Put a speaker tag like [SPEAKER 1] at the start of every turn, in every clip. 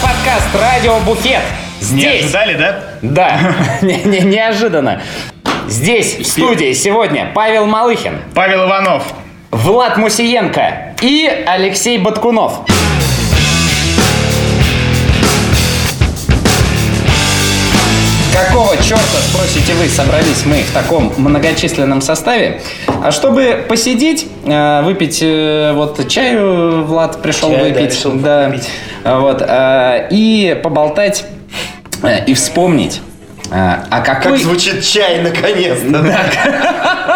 [SPEAKER 1] подкаст «Радио Буфет».
[SPEAKER 2] Не
[SPEAKER 1] Здесь.
[SPEAKER 2] ожидали, да?
[SPEAKER 1] Да, не- не- неожиданно. Здесь, в студии сегодня Павел Малыхин,
[SPEAKER 2] Павел Иванов.
[SPEAKER 1] Влад Мусиенко и Алексей Баткунов. Какого черта, спросите вы, собрались мы в таком многочисленном составе? А чтобы посидеть, э, выпить э, вот чаю, Влад пришел
[SPEAKER 3] Чай, да,
[SPEAKER 1] выпить,
[SPEAKER 3] решил
[SPEAKER 1] да,
[SPEAKER 3] выпить.
[SPEAKER 1] вот, э, и поболтать э, и вспомнить, э, а
[SPEAKER 3] Как
[SPEAKER 1] какой...
[SPEAKER 3] звучит чай, наконец-то.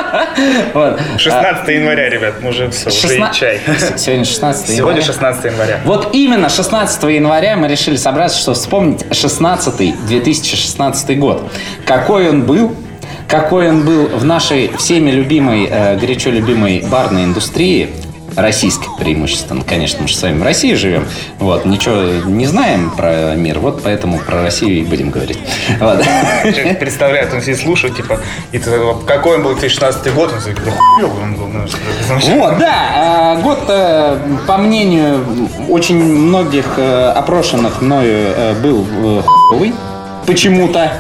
[SPEAKER 1] вот, а,
[SPEAKER 2] 16 января, ребят, мы уже все, уже
[SPEAKER 1] шестна-
[SPEAKER 2] и чай.
[SPEAKER 1] Сегодня 16
[SPEAKER 2] Сегодня
[SPEAKER 1] января.
[SPEAKER 2] 16 января.
[SPEAKER 1] Вот именно 16 января мы решили собраться, чтобы вспомнить 16 2016 год. Какой он был, какой он был в нашей всеми любимой, э, горячо любимой барной индустрии, российской преимущественно, Ну, конечно, мы же с вами в России живем, вот, ничего не знаем про мир, вот поэтому про Россию и будем говорить. Вот.
[SPEAKER 2] Человек Представляет, он все слушает, типа, и ты, такой, какой он был 2016 год, он такой, да хуёвый он был. ну, что ты знаешь.
[SPEAKER 1] Вот, да, э, год, э, по мнению очень многих э, опрошенных мною, э, был э, хуёвый. Почему-то.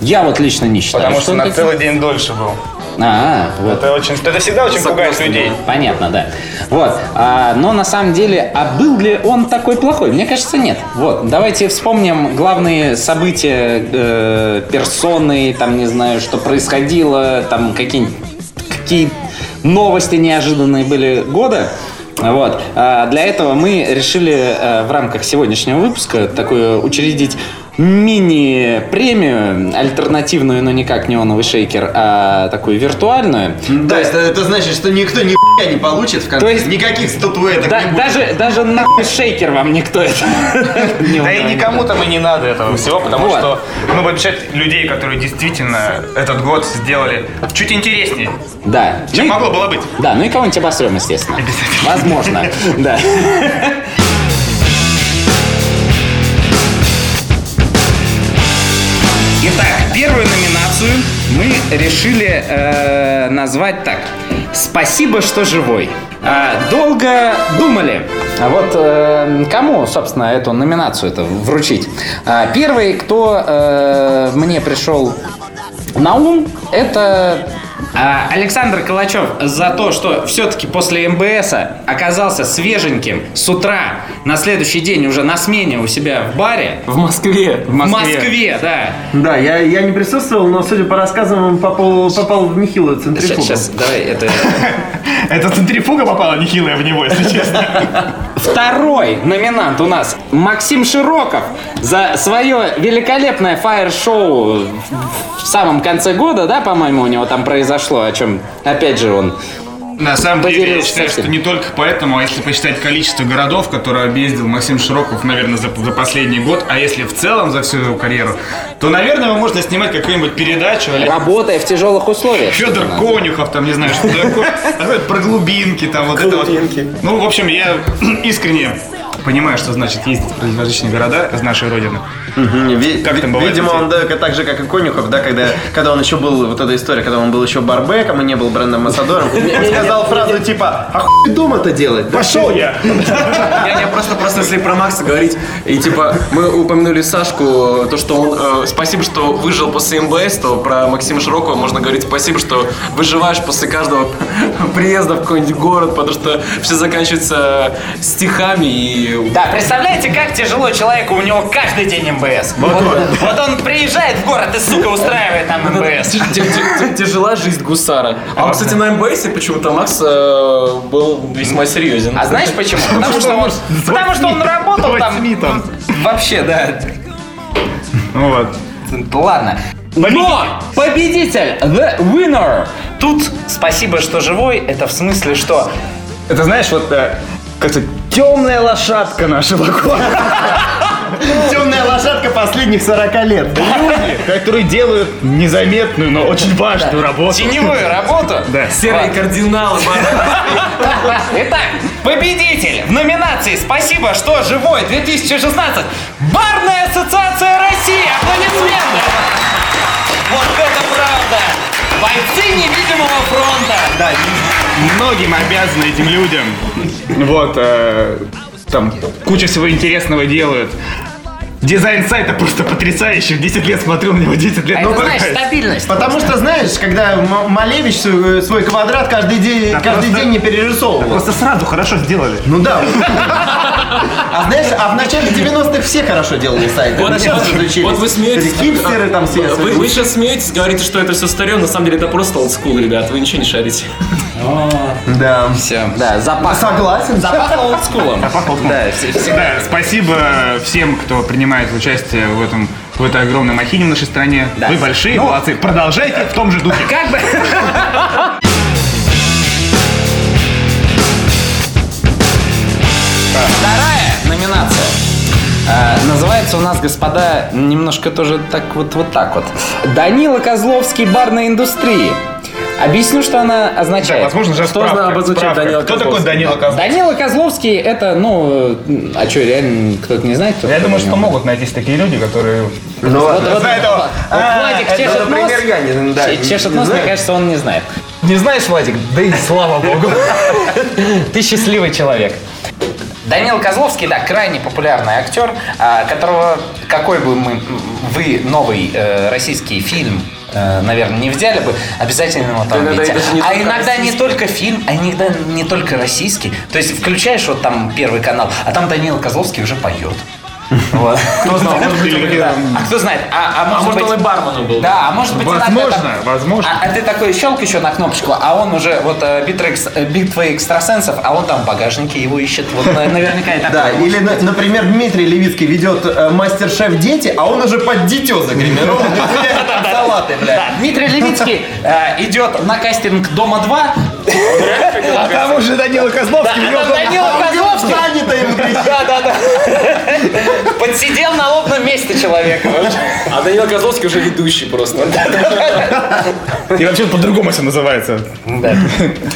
[SPEAKER 1] Я вот лично не считаю.
[SPEAKER 2] Потому что
[SPEAKER 1] он
[SPEAKER 2] на
[SPEAKER 1] таким.
[SPEAKER 2] целый день дольше был.
[SPEAKER 1] А, вот.
[SPEAKER 2] Это очень, это всегда очень пугает людей.
[SPEAKER 1] Понятно, да. Вот. а, но на самом деле, а был ли он такой плохой? Мне кажется, нет. Вот. Давайте вспомним главные события, э, персоны, там, не знаю, что происходило, там, какие, какие новости неожиданные были года. Вот. А для этого мы решили э, в рамках сегодняшнего выпуска такую учредить мини-премию, альтернативную, но никак не оновый шейкер, а такую виртуальную.
[SPEAKER 3] Да, это, это значит, что никто ни хуя не получит в конце.
[SPEAKER 1] То есть-
[SPEAKER 3] Никаких статуэток
[SPEAKER 1] Да-
[SPEAKER 3] не будет.
[SPEAKER 1] даже, даже нахуй шейкер вам никто это не
[SPEAKER 2] Да и
[SPEAKER 1] угадает.
[SPEAKER 2] никому там и не надо этого всего, потому
[SPEAKER 1] Вот.
[SPEAKER 2] что ну, вообще людей, которые действительно этот год сделали чуть интереснее,
[SPEAKER 1] Да. Ну
[SPEAKER 2] чем
[SPEAKER 1] и-
[SPEAKER 2] могло было быть.
[SPEAKER 1] Да, ну и кого-нибудь обосрем, естественно. Возможно, да. Итак, первую номинацию мы решили э, назвать так. Спасибо, что живой. А, долго думали. А вот э, кому, собственно, эту номинацию это вручить? А, первый, кто э, мне пришел на ум, это а, Александр Калачев за то, что все-таки после МБС оказался свеженьким с утра, на следующий день уже на смене у себя в баре.
[SPEAKER 4] В Москве.
[SPEAKER 1] В Москве, да.
[SPEAKER 5] Да, я, я не присутствовал, но, судя по рассказам, он попал, попал в Михилу центрифугу.
[SPEAKER 1] Сейчас, давай это.
[SPEAKER 2] Это центрифуга попала нехилая в него, если честно.
[SPEAKER 1] Второй номинант у нас Максим Широков за свое великолепное фаер-шоу в самом конце года, да, по-моему, у него там произошло, о чем, опять же, он
[SPEAKER 2] На самом деле, я
[SPEAKER 1] Поделился
[SPEAKER 2] считаю,
[SPEAKER 1] совсем.
[SPEAKER 2] что не только поэтому, а если посчитать количество городов, которые объездил Максим Широков, наверное, за, за последний год, а если в целом за всю его карьеру, то, наверное, его можно снимать какую-нибудь передачу. а
[SPEAKER 1] работая в тяжелых условиях.
[SPEAKER 2] Федор Конюхов, там, не знаю, что такое. Такое Про глубинки, там, вот это вот. Ну, в общем, я искренне понимаю, что значит ездить в различные города из нашей родины.
[SPEAKER 3] Мгм, ви-
[SPEAKER 2] Как там
[SPEAKER 3] ви-
[SPEAKER 2] бывает,
[SPEAKER 3] Видимо,
[SPEAKER 2] кстати?
[SPEAKER 3] он да, к- так же, как и Конюхов, да, когда, когда он еще был, вот эта история, когда он был еще барбеком и не был брендом Массадором, он сказал фразу типа, а хуй дома-то делать? да?»
[SPEAKER 2] Пошел я!
[SPEAKER 4] Я, я просто, просто если про Макса говорить, и типа мы упомянули Сашку, то, что он, э, спасибо, что выжил после МБС, то про Максима Широкого можно говорить спасибо, что выживаешь после каждого приезда в какой-нибудь город, потому что все заканчивается э, стихами и...
[SPEAKER 1] Да, представляете, как тяжело человеку, у него каждый день МБС. Вот, вот он приезжает в город и, сука, устраивает там МБС.
[SPEAKER 4] Тя- тя- тя- Тяжела жизнь гусара. А, он, кстати, на МБСе почему-то Макс э, был весьма серьезен.
[SPEAKER 1] А знаешь почему? Потому что он, потому что он работал там. Вообще, да.
[SPEAKER 2] Ну Вот.
[SPEAKER 1] Ладно. Но победитель, the winner. Тут спасибо, что живой. Это в смысле, что
[SPEAKER 2] Это знаешь, вот э, как-то темная лошадка наша вокруг.
[SPEAKER 3] Темная лошадка последних 40 лет.
[SPEAKER 2] которые делают незаметную, но очень важную работу.
[SPEAKER 1] теневую работу.
[SPEAKER 2] Да.
[SPEAKER 4] Серые кардиналы,
[SPEAKER 1] Итак, победитель в номинации «Спасибо, что живой 2016» Барная ассоциация России! Аплодисменты! Вот это правда! Бойцы невидимого фронта!
[SPEAKER 2] Да, многим обязаны этим людям. Вот, э, там куча всего интересного делают. Дизайн сайта просто потрясающий. 10 лет смотрю на него, 10 лет.
[SPEAKER 1] А
[SPEAKER 2] ну,
[SPEAKER 1] это, знаешь,
[SPEAKER 2] нравится.
[SPEAKER 1] стабильность.
[SPEAKER 5] Потому что, знаешь, когда М- Малевич
[SPEAKER 3] э,
[SPEAKER 5] свой свой квадрат каждый день, каждый
[SPEAKER 2] просто-
[SPEAKER 5] день не перерисовывал.
[SPEAKER 2] Просто сразу хорошо сделали.
[SPEAKER 5] Ну да. А знаешь, а в начале 90-х все хорошо делали сайты.
[SPEAKER 4] Вот,
[SPEAKER 5] Сначала
[SPEAKER 4] вот-
[SPEAKER 5] изучили.
[SPEAKER 4] вот вы смеетесь.
[SPEAKER 5] Хипстеры там все.
[SPEAKER 4] Вы, сейчас смеетесь, говорите, что это все старье, на самом деле это просто олдскул, ребят, вы ничего не шарите.
[SPEAKER 5] Да.
[SPEAKER 1] Все, да, запах.
[SPEAKER 5] Согласен.
[SPEAKER 1] Запахло олдскулом. Да, все- всегда.
[SPEAKER 2] Да, спасибо всем, кто принимает участие в этом в этой огромной махине в нашей стране.
[SPEAKER 1] Да. Ну,
[SPEAKER 2] Вы большие молодцы. Продолжайте в том же духе.
[SPEAKER 1] Как бы... Вторая номинация. Э, Называется у нас, господа, немножко тоже так вот, вот так вот. Данила Козловский барной индустрии. Объясню, что она
[SPEAKER 2] Да,
[SPEAKER 1] означает.
[SPEAKER 2] возможно, же
[SPEAKER 4] Что знал
[SPEAKER 2] справка.
[SPEAKER 4] обозначать
[SPEAKER 2] справка.
[SPEAKER 4] Данила
[SPEAKER 2] Кто такой
[SPEAKER 4] Козловский?
[SPEAKER 2] Данила Козловский?
[SPEAKER 1] Данила Козловский это, ну, э, а что, реально кто-то не знает? кто
[SPEAKER 2] Я
[SPEAKER 1] такой
[SPEAKER 2] думаю, что
[SPEAKER 1] Данила?
[SPEAKER 2] могут найтись такие люди, которые...
[SPEAKER 5] Ну
[SPEAKER 1] Вот, вот,
[SPEAKER 5] ладно.
[SPEAKER 1] вот,
[SPEAKER 2] знаю
[SPEAKER 1] вот,
[SPEAKER 2] этого.
[SPEAKER 1] вот
[SPEAKER 2] А,
[SPEAKER 1] Владик
[SPEAKER 2] это,
[SPEAKER 1] чешет нос.
[SPEAKER 5] например, Ганин, да.
[SPEAKER 1] Че- Чешет нос, мне кажется, он не знает.
[SPEAKER 2] Не знаешь, Владик? Да и слава богу.
[SPEAKER 1] Ты счастливый человек. Данил Козловский, да, крайне популярный актер, а, которого какой бы мы, вы новый э, российский фильм, наверное, не взяли бы, обязательно его там
[SPEAKER 4] Да-да-да, и
[SPEAKER 1] видите.
[SPEAKER 4] даже не
[SPEAKER 1] а
[SPEAKER 4] только
[SPEAKER 1] иногда не
[SPEAKER 4] российский.
[SPEAKER 1] только фильм, а иногда не только российский. То есть включаешь вот там первый канал, а там Данил Козловский уже поет. Вот.
[SPEAKER 2] Кто знал, может быть, или-
[SPEAKER 1] Да. А кто знает, а, а
[SPEAKER 4] А
[SPEAKER 1] может,
[SPEAKER 4] может
[SPEAKER 1] быть-
[SPEAKER 4] он и барменом был?
[SPEAKER 1] да, а может быть иногда
[SPEAKER 2] Возможно,
[SPEAKER 1] там-
[SPEAKER 2] возможно.
[SPEAKER 1] А, а ты такой щелк еще на кнопочку, а он уже вот э, битва, экс- э, битва экстрасенсов, а он там в багажнике его ищет. Вот на- наверняка и
[SPEAKER 5] Да,
[SPEAKER 1] такое.
[SPEAKER 5] или, на- например, Дмитрий Левицкий ведет э, мастер-шеф дети, а он уже под дитё загримирован. Салаты, бля.
[SPEAKER 1] Да, Дмитрий Левицкий э, идет на кастинг Дома 2.
[SPEAKER 2] А там уже Данила Козловский.
[SPEAKER 1] а там Данила Козловский.
[SPEAKER 5] Занято им кричит.
[SPEAKER 1] Да, да, да. Подсидел на лобном месте человека.
[SPEAKER 4] А Данил Козловский уже ведущий просто.
[SPEAKER 2] И вообще по-другому все называется.
[SPEAKER 1] Да.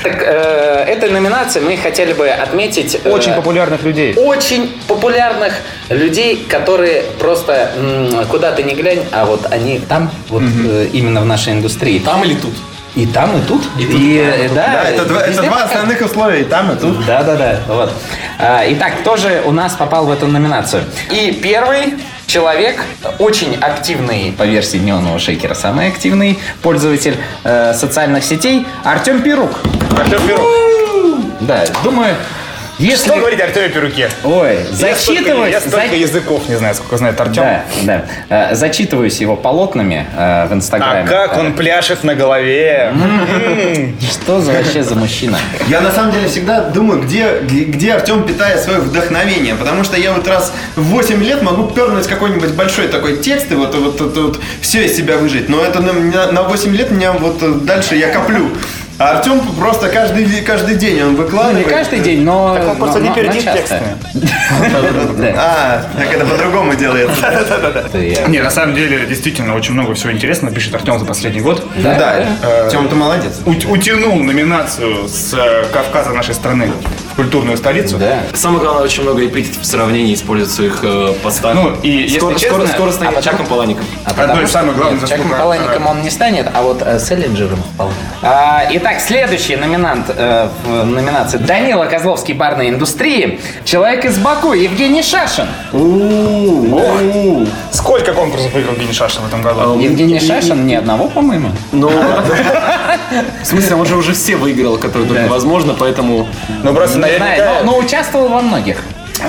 [SPEAKER 1] Так, э, этой номинации мы хотели бы отметить... э,
[SPEAKER 2] Очень популярных людей.
[SPEAKER 1] очень популярных людей, которые просто м, куда ты не глянь, а вот они там, вот э, именно в нашей индустрии. Там или тут? И там, и тут. И, э, да,
[SPEAKER 5] Да, это два- это
[SPEAKER 1] везде
[SPEAKER 5] два
[SPEAKER 1] пока-
[SPEAKER 5] основных условия, и там, и тут.
[SPEAKER 1] Да, да, да. Вот. А, итак, тоже у нас попал в эту номинацию. И первый человек, очень активный, по версии дневного шейкера, самый активный пользователь э, социальных сетей, Артем Пирук.
[SPEAKER 2] Артем Перук.
[SPEAKER 1] Да, думаю, если...
[SPEAKER 2] Что говорить о Артеме Перуке?
[SPEAKER 1] Ой,
[SPEAKER 2] Я столько-
[SPEAKER 1] зачитывать...
[SPEAKER 2] Я столько
[SPEAKER 1] за-
[SPEAKER 2] языков не знаю, сколько знает Артем.
[SPEAKER 1] Да, да. Э, Зачитываюсь его полотнами э, в
[SPEAKER 2] А
[SPEAKER 1] Инстаграме.
[SPEAKER 2] как он пляшет на голове?
[SPEAKER 1] Что за вообще за мужчина?
[SPEAKER 5] Я на самом деле всегда думаю, где, где Артем питает свое вдохновение. Потому что я вот раз в 8 лет могу пернуть какой-нибудь большой такой текст и вот, вот, вот, все из себя выжить. Но это на, меня- на 8 лет меня вот э, дальше я коплю. А Артем просто каждый, де- каждый день он
[SPEAKER 1] Ну, не
[SPEAKER 5] выкладывает.
[SPEAKER 1] каждый день, но...
[SPEAKER 2] Так он просто
[SPEAKER 1] но-
[SPEAKER 2] не
[SPEAKER 1] но-
[SPEAKER 2] пердит
[SPEAKER 1] но часто. Да.
[SPEAKER 5] А, так это по-другому делается.
[SPEAKER 1] Это я.
[SPEAKER 2] Не, на самом деле, действительно, очень много всего интересного пишет Артем за последний год.
[SPEAKER 5] Да, Тем ты молодец.
[SPEAKER 2] Ут- Утянул номинацию с э, Кавказа нашей страны в культурную столицу.
[SPEAKER 1] Да.
[SPEAKER 4] Самое главное, очень много эпитетов в сравнении используется их э, постах.
[SPEAKER 2] Ну, и, если честно,
[SPEAKER 4] скоростно
[SPEAKER 1] а потом-
[SPEAKER 4] Чаком Палаником.
[SPEAKER 1] А
[SPEAKER 2] Одной
[SPEAKER 1] потому
[SPEAKER 2] из
[SPEAKER 1] что-
[SPEAKER 2] самых главных
[SPEAKER 1] нет, Чаком
[SPEAKER 2] заслуг
[SPEAKER 1] Палаником
[SPEAKER 2] автора.
[SPEAKER 1] он не станет, а вот э, Селлинджером вполне. А, итак, следующий номинант э, в номинации Данила Козловский барной индустрии. Человек из Баку, Евгений Шашин.
[SPEAKER 2] Ох, сколько конкурсов выиграл Евгений Шашин в этом году?
[SPEAKER 1] Евгений Шашин ни одного, по-моему.
[SPEAKER 4] Ну, в смысле, он же уже все выиграл, которые только
[SPEAKER 1] Да.
[SPEAKER 4] возможно, поэтому...
[SPEAKER 2] Ну, просто,
[SPEAKER 1] Не
[SPEAKER 2] наверняка,
[SPEAKER 1] знаю, но- но участвовал во многих.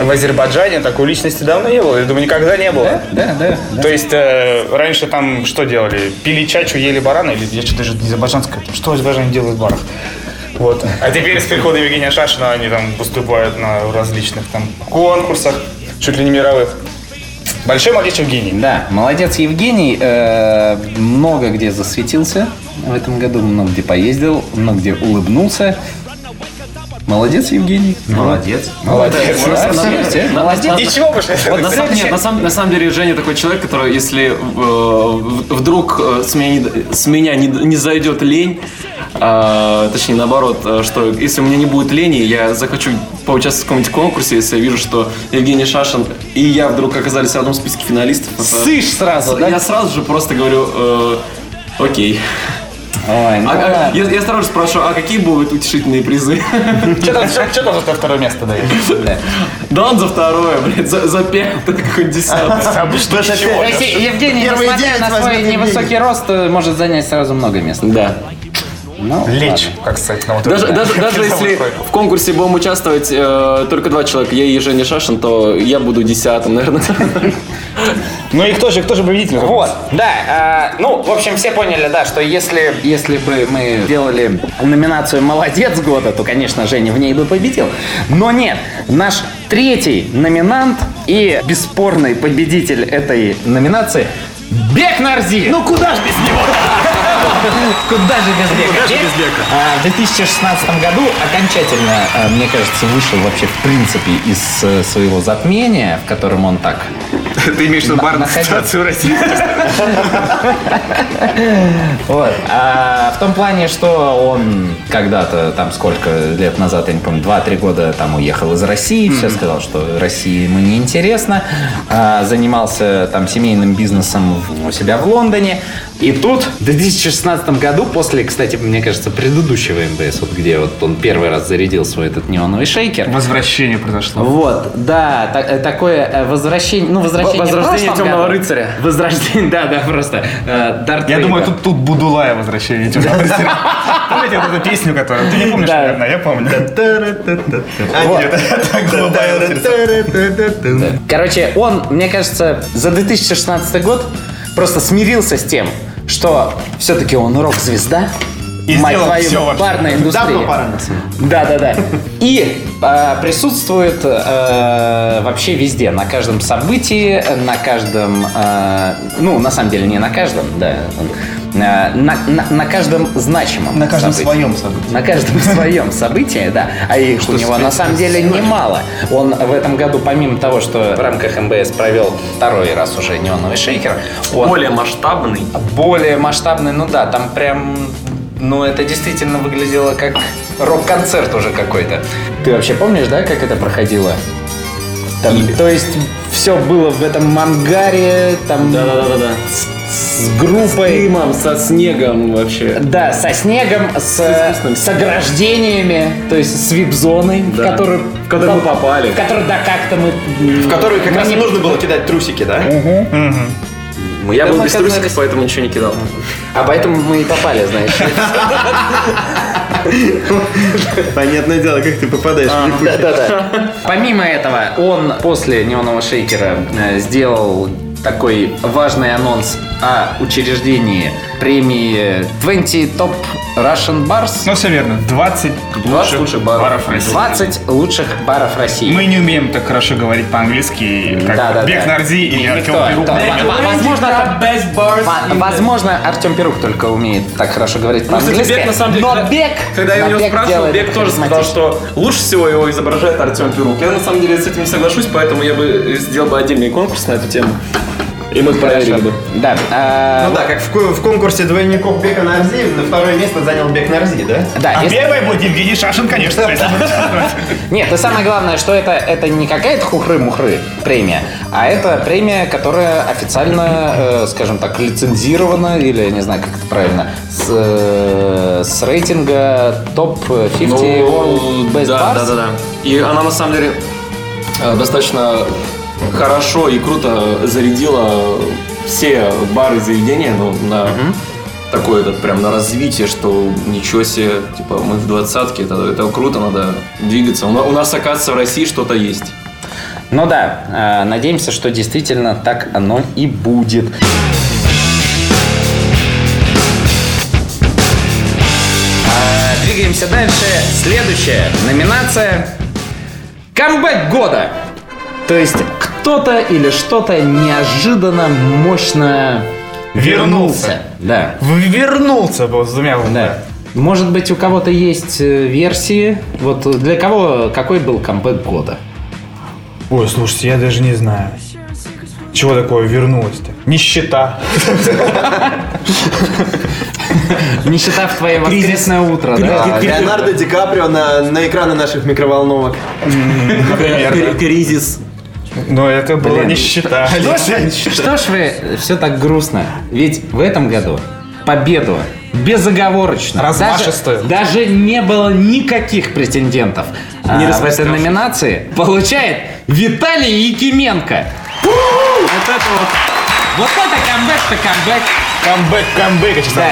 [SPEAKER 2] в Азербайджане такой личности давно не было. Я думаю, никогда не было.
[SPEAKER 1] Да, да.
[SPEAKER 2] То есть, э, раньше там что делали? Пили чачу, ели барана? Или я что-то же азербайджанское? там, Что азербайджане делают в барах? Вот. А теперь с приходом Евгения Шашина они там выступают на различных там конкурсах, чуть ли не мировых. Большой молодец Евгений.
[SPEAKER 1] Да, молодец Евгений, э, много где засветился в этом году, много где поездил, много где улыбнулся. Молодец Евгений.
[SPEAKER 5] Молодец.
[SPEAKER 1] Молодец. да, все, Молодец.
[SPEAKER 2] Ничего больше.
[SPEAKER 4] Вот на, самом, нет, на, самом, на самом деле Женя такой человек, который, если э, в- вдруг э, с меня, не, с меня не, не зайдет лень, э, точнее наоборот, э, что если у меня не будет лени, я захочу поучаствовать в каком-нибудь конкурсе, если я вижу, что Евгений Шашин и я вдруг оказались в одном списке финалистов. это-
[SPEAKER 1] Сышь сразу, да?
[SPEAKER 4] Я сразу же просто говорю, э, окей.
[SPEAKER 1] Ой, ну
[SPEAKER 4] А- а-
[SPEAKER 1] ладно.
[SPEAKER 4] я, я осторожно спрашиваю, а какие будут утешительные призы?
[SPEAKER 2] Че там че там за то второе место даешь?
[SPEAKER 4] Да он за второе, блядь, за, за пятое, какой-нибудь десятый.
[SPEAKER 2] Обычно ничего.
[SPEAKER 1] Алексей, Евгений,
[SPEAKER 5] Первые
[SPEAKER 1] несмотря
[SPEAKER 5] девять
[SPEAKER 1] на свой
[SPEAKER 5] возьмет
[SPEAKER 1] невысокий рост, э, может занять сразу много мест.
[SPEAKER 4] Да.
[SPEAKER 1] Ну,
[SPEAKER 2] Лечь,
[SPEAKER 1] ладно.
[SPEAKER 2] как сказать, на вот
[SPEAKER 4] Даже,
[SPEAKER 2] это.
[SPEAKER 4] даже, даже
[SPEAKER 2] Как зовут
[SPEAKER 4] если
[SPEAKER 2] твой?
[SPEAKER 4] в конкурсе будем участвовать э, только два человека, я и Женя Шашин, то я буду десятым, наверное.
[SPEAKER 2] Ну и кто же, кто же победитель?
[SPEAKER 1] Вот, да, э, ну, в общем, все поняли, да, что если, если бы мы делали номинацию «Молодец года», то, конечно, Женя в ней бы победил. Но нет, наш третий номинант и бесспорный победитель этой номинации – Бек Нарзиев.
[SPEAKER 6] Ну куда ж без него?
[SPEAKER 7] Куда же без бека?
[SPEAKER 4] же без бека?
[SPEAKER 7] А, В 2016 году окончательно, а, мне кажется, вышел вообще в принципе из э, своего затмения, в котором он так
[SPEAKER 4] Ты имеешь в виду барную
[SPEAKER 7] находил.
[SPEAKER 4] ситуацию в России?
[SPEAKER 7] Вот. А в том плане, что он когда-то, там сколько лет назад, я не помню, 2-3 года там уехал из России, все сказал, что России ему неинтересно, а, занимался там семейным бизнесом в- у себя в Лондоне. И тут, в 2016 году, после, кстати, мне кажется, предыдущего МБС, вот где вот он первый раз зарядил свой этот неоновый шейкер,
[SPEAKER 6] Возвращение произошло.
[SPEAKER 1] Вот, да, та- э, такое э, возвращение, ну, возвращение в
[SPEAKER 4] Возрождение
[SPEAKER 1] прошлом
[SPEAKER 4] «Темного
[SPEAKER 1] году».
[SPEAKER 4] рыцаря».
[SPEAKER 1] Возрождение, да, да, просто. э, Дарт
[SPEAKER 2] Я
[SPEAKER 1] Вейдер.
[SPEAKER 2] думаю, тут, тут Будулая возвращение. Тёма Брасера. Помните вот эту песню, которую... Ты не помнишь,
[SPEAKER 1] Да.
[SPEAKER 2] наверное, я помню. А, нет, это голубая лестница.
[SPEAKER 1] Короче, он, мне кажется, за 2016 год просто смирился с тем, что все-таки он рок-звезда.
[SPEAKER 2] И
[SPEAKER 1] Мать
[SPEAKER 2] сделал
[SPEAKER 1] твою,
[SPEAKER 2] всё вообще.
[SPEAKER 1] барная
[SPEAKER 5] Давно
[SPEAKER 1] индустрия.
[SPEAKER 5] пора на самом
[SPEAKER 1] Да, да, да. И э, присутствует э, вообще везде, на каждом событии, на каждом, э, ну, на самом деле не на каждом, да, э, на, на- на каждом значимом.
[SPEAKER 5] На каждом
[SPEAKER 1] событии.
[SPEAKER 5] своем событии.
[SPEAKER 1] На каждом своем событии, да. А их у него на самом деле немало. Он в этом году, помимо того, что в рамках МБС провел второй раз уже неоновый шейкер, он
[SPEAKER 4] Более масштабный.
[SPEAKER 1] более масштабный, ну да, там прям, ну это действительно выглядело как рок-концерт уже какой-то. Ты вообще помнишь, да, как это проходило? Там, то есть все было в этом ангаре, там
[SPEAKER 4] Да-да-да-да.
[SPEAKER 1] с группой.
[SPEAKER 4] Дымом, со снегом вообще.
[SPEAKER 1] Да, со снегом, с,
[SPEAKER 4] Естественно.
[SPEAKER 1] с ограждениями, то есть с вип-зоной, в
[SPEAKER 4] Да.
[SPEAKER 1] которую...
[SPEAKER 4] В которую мы попали.
[SPEAKER 1] В которую, да, как-то мы...
[SPEAKER 5] В которую как
[SPEAKER 1] мы
[SPEAKER 5] раз
[SPEAKER 1] не-
[SPEAKER 5] не нужно было кидать трусики, да?
[SPEAKER 4] Я
[SPEAKER 1] Да
[SPEAKER 4] был
[SPEAKER 1] мы
[SPEAKER 4] без
[SPEAKER 1] оказались-
[SPEAKER 4] трусиков, поэтому ничего не кидал.
[SPEAKER 1] А поэтому мы и попали, знаешь.
[SPEAKER 5] Понятное дело, как ты попадаешь в липучку.
[SPEAKER 1] Да-да-да. А, Помимо этого, он после неонового шейкера э, сделал такой важный анонс о учреждении премии 20 Top Russian Bars.
[SPEAKER 2] Ну, все верно. 20
[SPEAKER 4] 20 лучших баров.
[SPEAKER 2] России.
[SPEAKER 1] 20 лучших баров России.
[SPEAKER 2] Мы не умеем так хорошо говорить по-английски, как
[SPEAKER 1] Да, да,
[SPEAKER 2] Бек
[SPEAKER 1] да.
[SPEAKER 2] Нарди
[SPEAKER 1] Не,
[SPEAKER 2] или Артем
[SPEAKER 1] никто.
[SPEAKER 2] Пирук.
[SPEAKER 1] Да,
[SPEAKER 2] Бек
[SPEAKER 1] да,
[SPEAKER 2] Нарди.
[SPEAKER 1] Возможно, там-
[SPEAKER 4] best bars
[SPEAKER 1] Во-
[SPEAKER 4] in the- Ну,
[SPEAKER 1] Возможно, Артем Пирук только умеет так хорошо говорить по-английски.
[SPEAKER 4] Кстати, Бек, на самом деле,
[SPEAKER 1] но
[SPEAKER 4] когда-
[SPEAKER 1] Бек,
[SPEAKER 4] Когда я
[SPEAKER 1] но
[SPEAKER 4] у него
[SPEAKER 1] Бек
[SPEAKER 4] спрашивал,
[SPEAKER 1] делает
[SPEAKER 4] Бек
[SPEAKER 1] это
[SPEAKER 4] тоже сказал,
[SPEAKER 1] харизматично.
[SPEAKER 4] что лучше всего его изображает Артем Пирук. Я на самом деле с этим не соглашусь, поэтому я бы сделал бы отдельный конкурс на эту тему. И мы проверили бы.
[SPEAKER 1] Да, а,
[SPEAKER 5] Ну да, как в, ко- в конкурсе двойников Бека Нарзи на второе место занял Бек Нарзи, да?
[SPEAKER 4] Ну,
[SPEAKER 1] да,
[SPEAKER 2] А
[SPEAKER 1] если-
[SPEAKER 2] первый будет Евгений Шашин, конечно. если будет участвовать.
[SPEAKER 1] Нет, и самое главное, что это, это не какая-то хухры-мухры премия, а это премия, которая официально, э, скажем так, лицензирована, или я не знаю, как это правильно, с, э, с рейтинга топ-50 World Best
[SPEAKER 4] Ну, да,
[SPEAKER 1] Bars.
[SPEAKER 4] да, да, да. И она на самом деле э, достаточно хорошо и круто зарядила все бары и заведения ну, на такое этот прям на развитие, что ничего себе, типа мы в двадцатке, это, это круто, надо двигаться. У на- у нас, оказывается, в России что-то есть.
[SPEAKER 1] Ну да, э, надеемся, что действительно так оно и будет. А, Двигаемся дальше. Следующая номинация Камбэк года. То есть кто-то или что-то неожиданно мощно
[SPEAKER 2] Вернулся.
[SPEAKER 1] Да.
[SPEAKER 2] Вернулся был с двумя в-
[SPEAKER 1] Да. Может быть, у кого-то есть э, версии. Вот для кого какой был камбэк года?
[SPEAKER 2] Ой, слушайте, я даже не знаю. Чего такое вернулось-то? Нищета.
[SPEAKER 1] Не считав твое воскресное утро, да?
[SPEAKER 5] А Леонардо Ди Каприо на, на экраны наших микроволновок.
[SPEAKER 4] Кризис.
[SPEAKER 2] Но Ну, это была нищета.
[SPEAKER 1] Что ж вы все так грустно? Ведь в этом году победу. Безоговорочно.
[SPEAKER 2] Размашистую.
[SPEAKER 1] Даже, даже не было никаких претендентов а, в этой номинации. Получает Виталий Якименко. Вот это вот. Вот это камбэк-то камбэк.
[SPEAKER 2] Камбэк, камбэк, я сейчас
[SPEAKER 1] Да.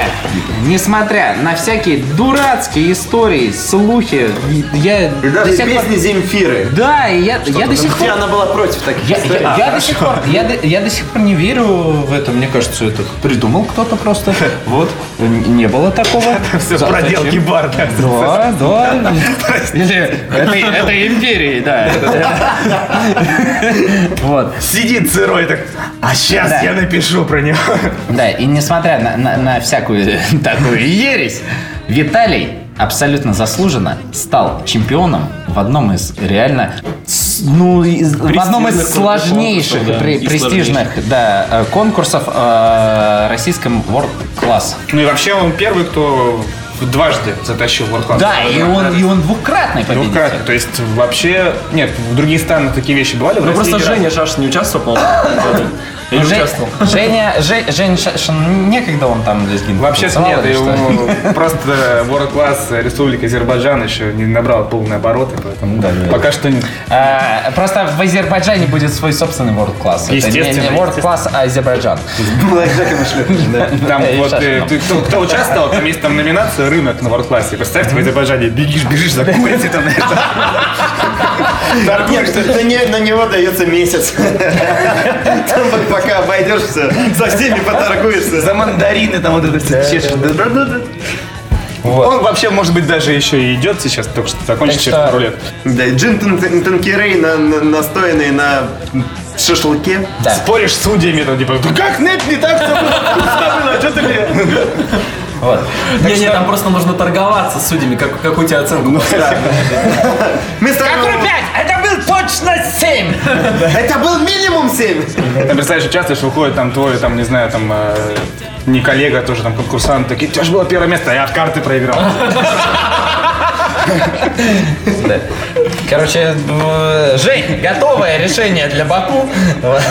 [SPEAKER 1] Несмотря на всякие дурацкие истории, слухи, я
[SPEAKER 5] И
[SPEAKER 1] до
[SPEAKER 5] даже
[SPEAKER 1] сих пор-
[SPEAKER 5] песни Земфиры.
[SPEAKER 1] Да, и я, я до сих
[SPEAKER 5] Где
[SPEAKER 1] пор
[SPEAKER 5] она была против таких
[SPEAKER 1] я,
[SPEAKER 5] историй.
[SPEAKER 1] я- я до сих пор, я, до- я до сих пор не верю в это. Мне кажется, это придумал кто-то просто. Вот. Н- Не было такого.
[SPEAKER 2] Все
[SPEAKER 1] За-
[SPEAKER 2] проделки
[SPEAKER 1] зачем?
[SPEAKER 2] бар, да.
[SPEAKER 1] Да, да. Или это, это империи, да. это- Вот.
[SPEAKER 2] Сидит сырой так, а сейчас
[SPEAKER 1] Да.
[SPEAKER 2] я напишу про него.
[SPEAKER 1] Да, и несмотря на, на- на всякую такую ересь, Виталий абсолютно заслуженно стал чемпионом в одном из реально с- ну из- в одном из сложнейших пре- престижных да, э, конкурсов э, российском World Class.
[SPEAKER 2] Ну и вообще он первый, кто дважды затащил World Cup.
[SPEAKER 1] Да, и он и он двукратный победитель.
[SPEAKER 2] Двукратно. То есть вообще, нет, в других странах такие вещи бывали. в
[SPEAKER 4] Ну
[SPEAKER 2] России
[SPEAKER 4] просто
[SPEAKER 2] ни разу.
[SPEAKER 4] Женя Шаш не участвовал, по-моему. Я не
[SPEAKER 1] Же-
[SPEAKER 4] участвовал.
[SPEAKER 1] Ну, Женя, Же- Женя Шашин, некогда он там лезгин.
[SPEAKER 2] Вообще
[SPEAKER 1] танцевал
[SPEAKER 2] нет,
[SPEAKER 1] или что?
[SPEAKER 2] ему просто World Class э, Республика Азербайджан еще не набрал полные обороты, поэтому пока что не...
[SPEAKER 1] А, просто в Азербайджане будет свой собственный World Class. Это не- не
[SPEAKER 2] Естественно,
[SPEAKER 1] World Class, а Азербайджан.
[SPEAKER 2] Там
[SPEAKER 1] Да, и
[SPEAKER 2] вот
[SPEAKER 1] сейчас
[SPEAKER 2] э,
[SPEAKER 1] там.
[SPEAKER 2] ты- кто, кто участвовал, там есть там номинация «Рынок на World Class». И Представьте, в Азербайджане бегишь, бежишь за курицей там. знаешь, там.
[SPEAKER 5] Нет,
[SPEAKER 2] Торгуешься.
[SPEAKER 5] это не- на него дается месяц. Там вот пока обойдешься, со всеми поторгуешься.
[SPEAKER 2] За мандарины там вот это все чешешь. Он вообще, может быть, даже еще и идет сейчас, только что закончится
[SPEAKER 1] Так
[SPEAKER 2] через
[SPEAKER 1] что-
[SPEAKER 2] пару лет.
[SPEAKER 5] Да, и джин тан- танкерей, на- на- настоянный на шашлыке.
[SPEAKER 1] Да.
[SPEAKER 2] Споришь с судьями, там типа, «Да как, нет, не так, все было, что ты мне?»
[SPEAKER 1] Вот.
[SPEAKER 4] Не-не, там просто нужно торговаться с судьями, как- какую тебе оценку.
[SPEAKER 5] Мы ставим ему-
[SPEAKER 1] Это был точно 7!
[SPEAKER 5] Это был минимум 7.
[SPEAKER 2] Там, представляешь, участвуешь, выходит там твой, там, не знаю, там, э, не коллега, а тоже там конкурсант, такие, у тебя же было первое место, а я от карты проиграл.
[SPEAKER 1] Короче, э, Жень, готовое решение для Баку. Вот.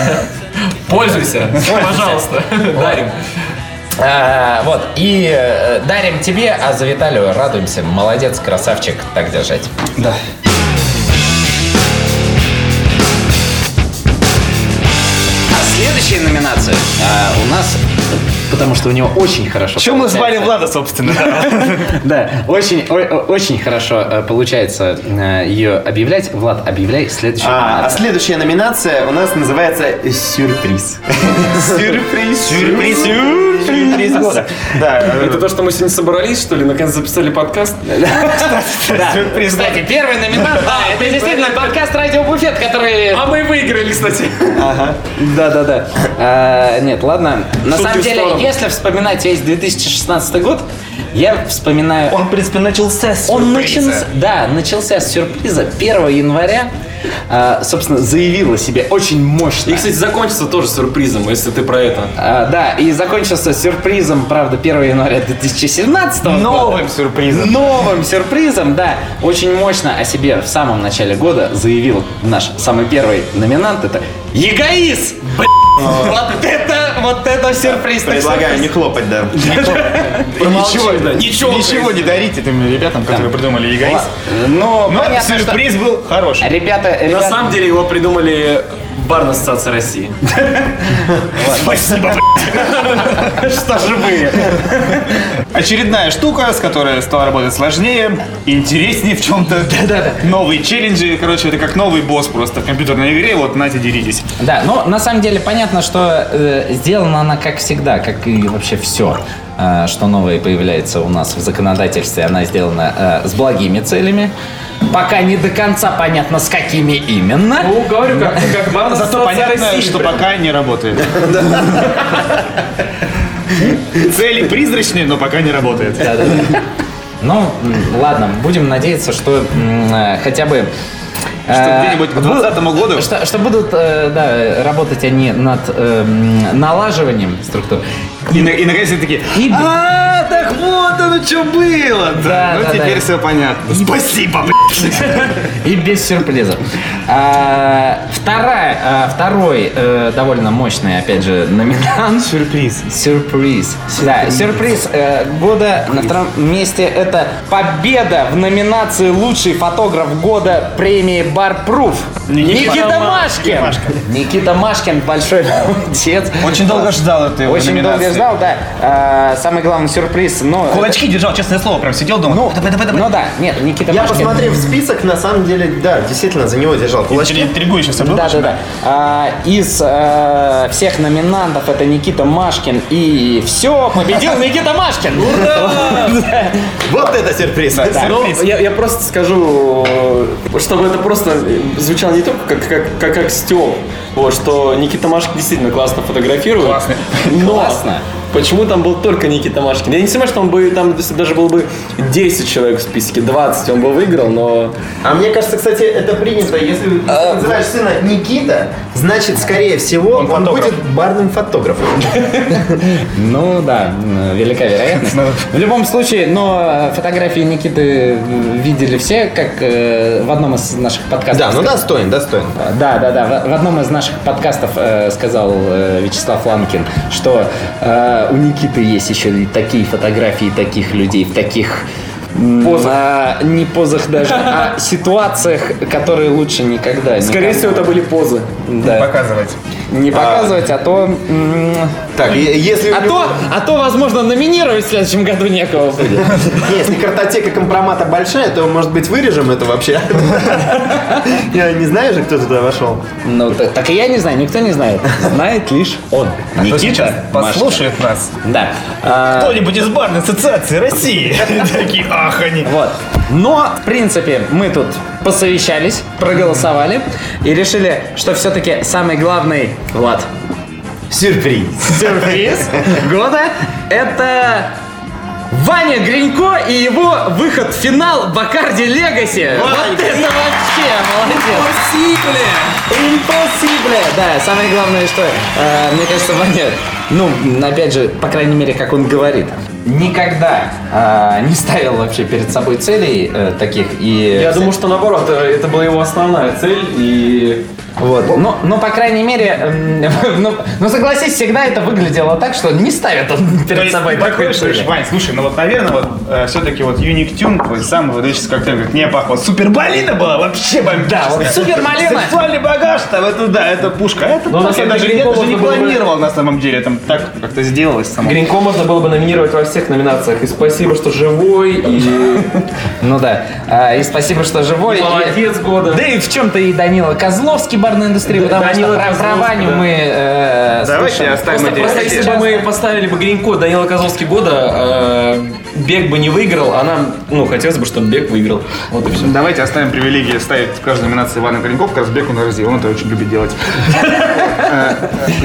[SPEAKER 4] Пользуйся, пожалуйста. Дарим.
[SPEAKER 1] А, Вот. И э, дарим тебе, а за Виталию радуемся. Молодец, красавчик, так держать. А следующая номинация а, у нас, потому что у него очень хорошо.
[SPEAKER 2] Чем мы звали Влада, собственно?
[SPEAKER 1] Да, очень, о- о- очень хорошо э, получается э, ее объявлять. Влад, объявляй следующую
[SPEAKER 5] А, а
[SPEAKER 1] номинацию.
[SPEAKER 5] следующая номинация у нас называется «Сюрприз». Сюрприз. Сюрприз. Сюрприз года. Да,
[SPEAKER 4] Это то, что мы сегодня собрались, что ли, наконец записали подкаст?
[SPEAKER 1] Да. Кстати, первая номинация. Это действительно подкаст «Радио Буфет», который...
[SPEAKER 4] А мы выиграли, кстати.
[SPEAKER 1] Да-да-да. А, Нет, ладно. На самом
[SPEAKER 4] в
[SPEAKER 1] деле,
[SPEAKER 4] сторону.
[SPEAKER 1] если вспоминать весь 2016 год, я вспоминаю...
[SPEAKER 5] Он, в принципе, начался с
[SPEAKER 1] Он начался, да, начался с сюрприза 1 января. а, собственно, заявил о себе очень мощно.
[SPEAKER 4] И, кстати, закончится тоже сюрпризом, если ты про это.
[SPEAKER 1] А, да, и закончился сюрпризом, правда, 1 января 2017
[SPEAKER 2] Новым
[SPEAKER 1] года.
[SPEAKER 2] сюрпризом.
[SPEAKER 1] Новым сюрпризом, да. Очень мощно о себе в самом начале года заявил наш самый первый номинант. Это ЕГАИС! Вот это, вот это сюрприз. так
[SPEAKER 5] Предлагаю не
[SPEAKER 1] сюрприз.
[SPEAKER 5] хлопать, да.
[SPEAKER 2] Ничего, ничего, ничего не дарите этим ребятам, которые придумали эгоист.
[SPEAKER 1] Ну,
[SPEAKER 2] Но
[SPEAKER 1] понятно, что-
[SPEAKER 2] сюрприз был хороший.
[SPEAKER 1] Ребята,
[SPEAKER 4] На
[SPEAKER 1] ребята,
[SPEAKER 4] самом деле его придумали Барная ассоциация России.
[SPEAKER 2] Спасибо, блядь. Что же вы? Очередная штука, с которой стало работать сложнее, интереснее в чем-то. Новые челленджи, короче, это как новый босс просто в компьютерной игре, вот нате, деритесь.
[SPEAKER 1] Да, ну на самом деле понятно, что э, сделана она как всегда, как и вообще все, что новое появляется у нас в законодательстве, она сделана э, с благими целями. Пока не до конца понятно, с какими именно.
[SPEAKER 4] Ну, говорю, как, как Барная
[SPEAKER 2] Зато
[SPEAKER 4] ассоциация
[SPEAKER 2] понятно,
[SPEAKER 4] России.
[SPEAKER 2] что пока не работает. Цели призрачные, но пока не работает.
[SPEAKER 8] Э,
[SPEAKER 1] Ну, м, ладно, будем надеяться, что м, э, хотя бы
[SPEAKER 2] Что
[SPEAKER 1] Э,
[SPEAKER 2] где-нибудь к
[SPEAKER 1] бу-
[SPEAKER 2] 20 году
[SPEAKER 1] Что, что будут э, да, работать они над эм, налаживанием структур.
[SPEAKER 2] и, на- и наконец-то такие,
[SPEAKER 1] И-
[SPEAKER 2] а, так вот оно что было.
[SPEAKER 1] Да,
[SPEAKER 2] ну
[SPEAKER 1] да,
[SPEAKER 2] теперь
[SPEAKER 1] да.
[SPEAKER 2] все понятно. Спасибо,
[SPEAKER 1] И без сюрпризов. А, вторая, а, второй э, довольно мощный, опять же, номинант.
[SPEAKER 2] Сюрприз.
[SPEAKER 1] Сюрприз. Да, сюрприз э, года на втором месте это победа в номинации лучший фотограф года премии Бар Пруф. Никита, Машкин. Никита Машкин большой молодец.
[SPEAKER 8] Очень долго ждал этой
[SPEAKER 1] Очень долго
[SPEAKER 8] номинации.
[SPEAKER 1] ждал, да. А, самый главный сюрприз, но.
[SPEAKER 8] Кулачки держал, честное слово, прям сидел дома.
[SPEAKER 1] Ну, ну да, нет, Никита
[SPEAKER 3] Я,
[SPEAKER 1] Машкин.
[SPEAKER 3] посмотрев список, на самом деле, да, действительно, за него держал кулачки.
[SPEAKER 8] Интригующе
[SPEAKER 3] Ну,
[SPEAKER 8] все было.
[SPEAKER 1] Да, да, да. А, из э, всех номинантов это Никита Машкин и все, победил Никита Машкин.
[SPEAKER 3] Вот это сюрприз!
[SPEAKER 4] Ну, я, я просто скажу, э, чтобы это просто звучало не только как, как, как, как стёб, вот, что Никита Машкин действительно классно фотографирует. Классно. Но
[SPEAKER 1] Классно.
[SPEAKER 4] почему там был только Никита Машкин? Я не понимаю, что он бы, там, если бы даже было бы 10 человек в списке, 20, он бы выиграл, но...
[SPEAKER 3] А мне кажется, кстати, это принято. Если ты называешь сына Никита, значит, скорее всего, он, будет барным фотографом.
[SPEAKER 1] Ну да, э, велика вероятность.
[SPEAKER 3] Ну.
[SPEAKER 1] В любом случае, но э, фотографии Никиты э, видели все, как э, в одном из наших подкастов.
[SPEAKER 3] Да, ну достоин, достоин.
[SPEAKER 1] Да, да, да. В- В одном из наших подкастов э, сказал э, Вячеслав Ланкин, что э, у Никиты есть еще и такие фотографии таких людей в таких м, а, не позах даже, а ситуациях, которые лучше никогда
[SPEAKER 4] Скорее
[SPEAKER 1] никому
[SPEAKER 4] всего, это были позы.
[SPEAKER 1] да,
[SPEAKER 2] Показывать.
[SPEAKER 1] не показывать, а то м,
[SPEAKER 3] Так, е- если, у
[SPEAKER 1] а
[SPEAKER 3] него-
[SPEAKER 1] то, а то, возможно, номинировать в следующем году некого будет.
[SPEAKER 3] если картотека компромата большая, то, может быть, вырежем это вообще? Я не знаю же, кто туда вошел.
[SPEAKER 1] Ну, т- так и я не знаю, никто не знает. Знает лишь он.
[SPEAKER 8] Кто сейчас
[SPEAKER 1] Никита Машкин.
[SPEAKER 8] послушает нас?
[SPEAKER 1] Да. А,
[SPEAKER 8] Кто-нибудь из барной ассоциации России? Такие, ах, они.
[SPEAKER 1] Вот. Но, в принципе, мы тут посовещались, проголосовали и решили, что все-таки самый главный, Влад,
[SPEAKER 3] Сюрприз.
[SPEAKER 1] сюрприз года – это Ваня Гринько и его выход в финал Бакарди Легаси. Вот это вообще молодец. Impossible! Да, самое главное, что, э, мне кажется, Ваня, ну, опять же, по крайней мере, как он говорит, никогда э, не ставил вообще перед собой целей э, таких и...
[SPEAKER 4] Я думаю, что наоборот, э, это была его основная цель, и...
[SPEAKER 1] Вот. Но, но, по крайней мере, эм, ну, ну, согласись, всегда это выглядело так, что не ставит он
[SPEAKER 2] То
[SPEAKER 1] перед
[SPEAKER 2] есть
[SPEAKER 1] собой
[SPEAKER 2] ты такой
[SPEAKER 1] такой
[SPEAKER 2] говоришь,
[SPEAKER 1] цели.
[SPEAKER 2] Вань, слушай, ну вот, наверное, вот все-таки вот Unique Tune, твой самый выдающийся коктейль, говорит, не пахло. Супер малина была вообще бомбическая.
[SPEAKER 1] вот супер малина.
[SPEAKER 2] Сексуальный багаж там, это да, это пушка. А Это
[SPEAKER 4] Но на
[SPEAKER 2] так, я
[SPEAKER 4] самом
[SPEAKER 2] даже,
[SPEAKER 4] деле
[SPEAKER 2] я даже не
[SPEAKER 4] неплохо было бы.
[SPEAKER 2] планировал на самом деле, там так как-то сделалось само.
[SPEAKER 4] Гринько можно было бы номинировать во всех номинациях. И спасибо, что живой, и
[SPEAKER 1] Ну да. А, и спасибо, что живой. И-
[SPEAKER 4] молодец года.
[SPEAKER 1] Да и в чем-то и Данила Козловский барной индустрии,
[SPEAKER 4] Да,
[SPEAKER 1] потому что
[SPEAKER 4] Данила
[SPEAKER 1] про- про,
[SPEAKER 4] Козловский,
[SPEAKER 1] Ваню
[SPEAKER 4] да.
[SPEAKER 1] мы э,
[SPEAKER 2] Давайте
[SPEAKER 1] слышали.
[SPEAKER 2] оставим эти
[SPEAKER 4] Просто если бы мы поставили бы Гринько Данила Козловский года, э, Бег бы не выиграл, а нам, ну, хотелось бы, чтобы Бег выиграл. Вот и все.
[SPEAKER 2] Давайте оставим привилегии ставить в каждой номинации Ивана Кореньков, как раз Беку на России. Он это очень любит делать.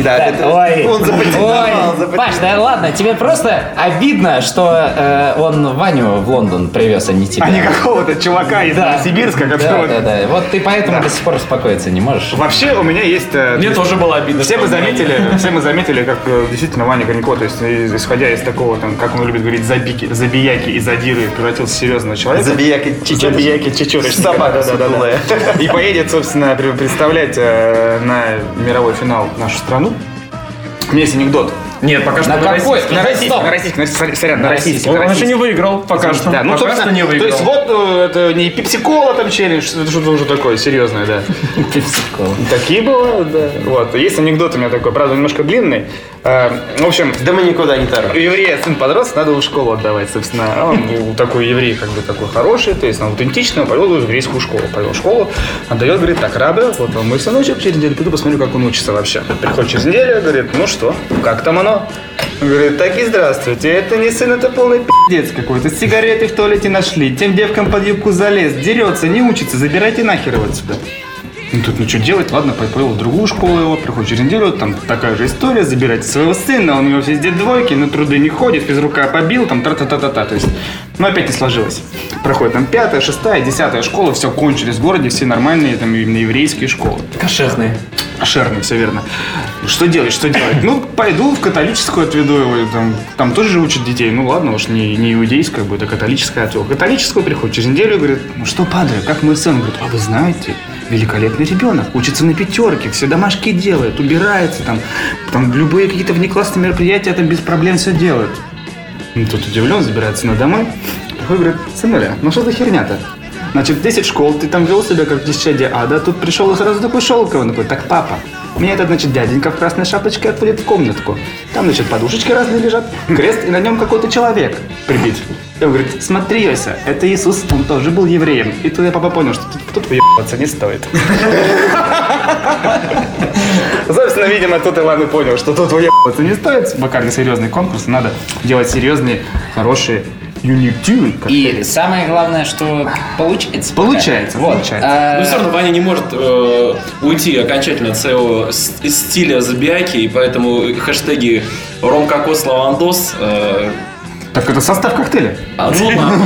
[SPEAKER 3] Да, это-
[SPEAKER 1] Ой,
[SPEAKER 3] Он запатентовал,
[SPEAKER 1] ой. Паш, да ладно, тебе просто обидно, что э, он Ваню в Лондон привез, а не тебя.
[SPEAKER 2] А не какого-то чувака из
[SPEAKER 1] Да.
[SPEAKER 2] Новосибирска,
[SPEAKER 1] да,
[SPEAKER 2] которого...
[SPEAKER 1] да, да. Вот ты поэтому до сих пор успокоиться не можешь.
[SPEAKER 2] Вообще у меня есть... э,
[SPEAKER 4] Мне тоже было обидно.
[SPEAKER 2] Все мы
[SPEAKER 4] что он
[SPEAKER 2] заметили, все мы заметили, как э, действительно Ваня Гринько, то есть э, исходя из такого, там, как он любит говорить, забики, забияки и задиры, превратился в серьезного человека.
[SPEAKER 3] Забияки
[SPEAKER 2] Забияки чечеточка. Собака, да, да, да. И поедет, собственно, пре- представлять э, на мировой финал нашу страну. У меня есть анекдот.
[SPEAKER 4] не- Нет, пока что
[SPEAKER 1] На
[SPEAKER 4] на
[SPEAKER 1] какой?
[SPEAKER 4] российский.
[SPEAKER 1] На российский.
[SPEAKER 2] На российский, на, сорян, на российский.
[SPEAKER 4] Он
[SPEAKER 2] на
[SPEAKER 4] еще
[SPEAKER 2] российский.
[SPEAKER 4] не выиграл, пока что.
[SPEAKER 2] Да, ну,
[SPEAKER 4] пока что
[SPEAKER 2] собственно,
[SPEAKER 4] не выиграл.
[SPEAKER 2] То есть вот э, это не пепсикола там челлендж, это что-то уже такое серьезное, да.
[SPEAKER 1] Пепсико.
[SPEAKER 2] Такие было, да. Вот, есть анекдот у меня такой, правда, немножко длинный. Э, В общем,
[SPEAKER 3] Да мы никуда не торопим.
[SPEAKER 2] у еврея сын подрос, надо его в школу отдавать, собственно. А Он был такой еврей, как бы такой хороший, то есть он аутентичный, он повел его в еврейскую школу. Повел в школу, отдает, говорит, так, рада, вот он мой сыночек, через неделю приду, посмотрю, как он учится вообще. Приходит через неделю, говорит, ну что, как там оно? Он Говорит, так и здравствуйте, это не сын, это полный пиздец какой-то. Сигареты в туалете нашли, тем девкам под юбку залез, дерется, не учится, забирайте нахер его отсюда. Ну тут ну что делать, ладно, по- повел в другую школу его, приходит через неделю, там такая же история, забирайте своего сына, он у него везде двойки, на труды не ходит, без рука побил, там тра-та-та-та-та. То есть Но опять не сложилось. Проходит там пятая, шестая, десятая школа, все кончились в городе, все нормальные, там именно еврейские школы.
[SPEAKER 9] Кошерные.
[SPEAKER 2] Шерный, все верно. Что делать, что делать? Ну, пойду в католическую отведу его, и там, там тоже же учат детей. Ну, ладно, уж не, не иудейская будет, а католическая отвел. В Католическую приходит через неделю и говорит, ну что, падаю, как мой сын? Говорит, а вы знаете, великолепный ребенок, учится на пятерке, все домашки делает, убирается там, там любые какие-то внеклассные мероприятия там без проблем все делают. Ну, Тут удивлен, забирается на домой. Такой говорит, сынуля, ну что за херня-то? Значит, 10 школ, ты там вел себя как десятчаде ада, тут пришел и сразу такой шелковый, Он такой, так, папа, меня этот, значит, дяденька в красной шапочке отводит в комнатку. Там, значит, подушечки разные лежат, крест, и на нем какой-то человек прибит. И он говорит, смотри, Йося, это Иисус, он тоже был евреем. И тут я папа понял, что тут, тут выебываться не стоит. Собственно, видимо, тут Иван и понял, что тут уебываться не стоит. Бокально серьезный конкурс, надо делать серьезные, хорошие, unique tune. как
[SPEAKER 1] И самое главное, что получается. пока.
[SPEAKER 2] Получается,
[SPEAKER 1] Вот.
[SPEAKER 2] получается.
[SPEAKER 1] А,
[SPEAKER 4] Э, Ну,
[SPEAKER 9] Но все Ну, равно Ваня не может э, уйти окончательно от своего с- стиля забияки, и поэтому хэштеги Ромкокос Лавандос. э,
[SPEAKER 2] Так это состав коктейля.
[SPEAKER 9] а, ну ладно.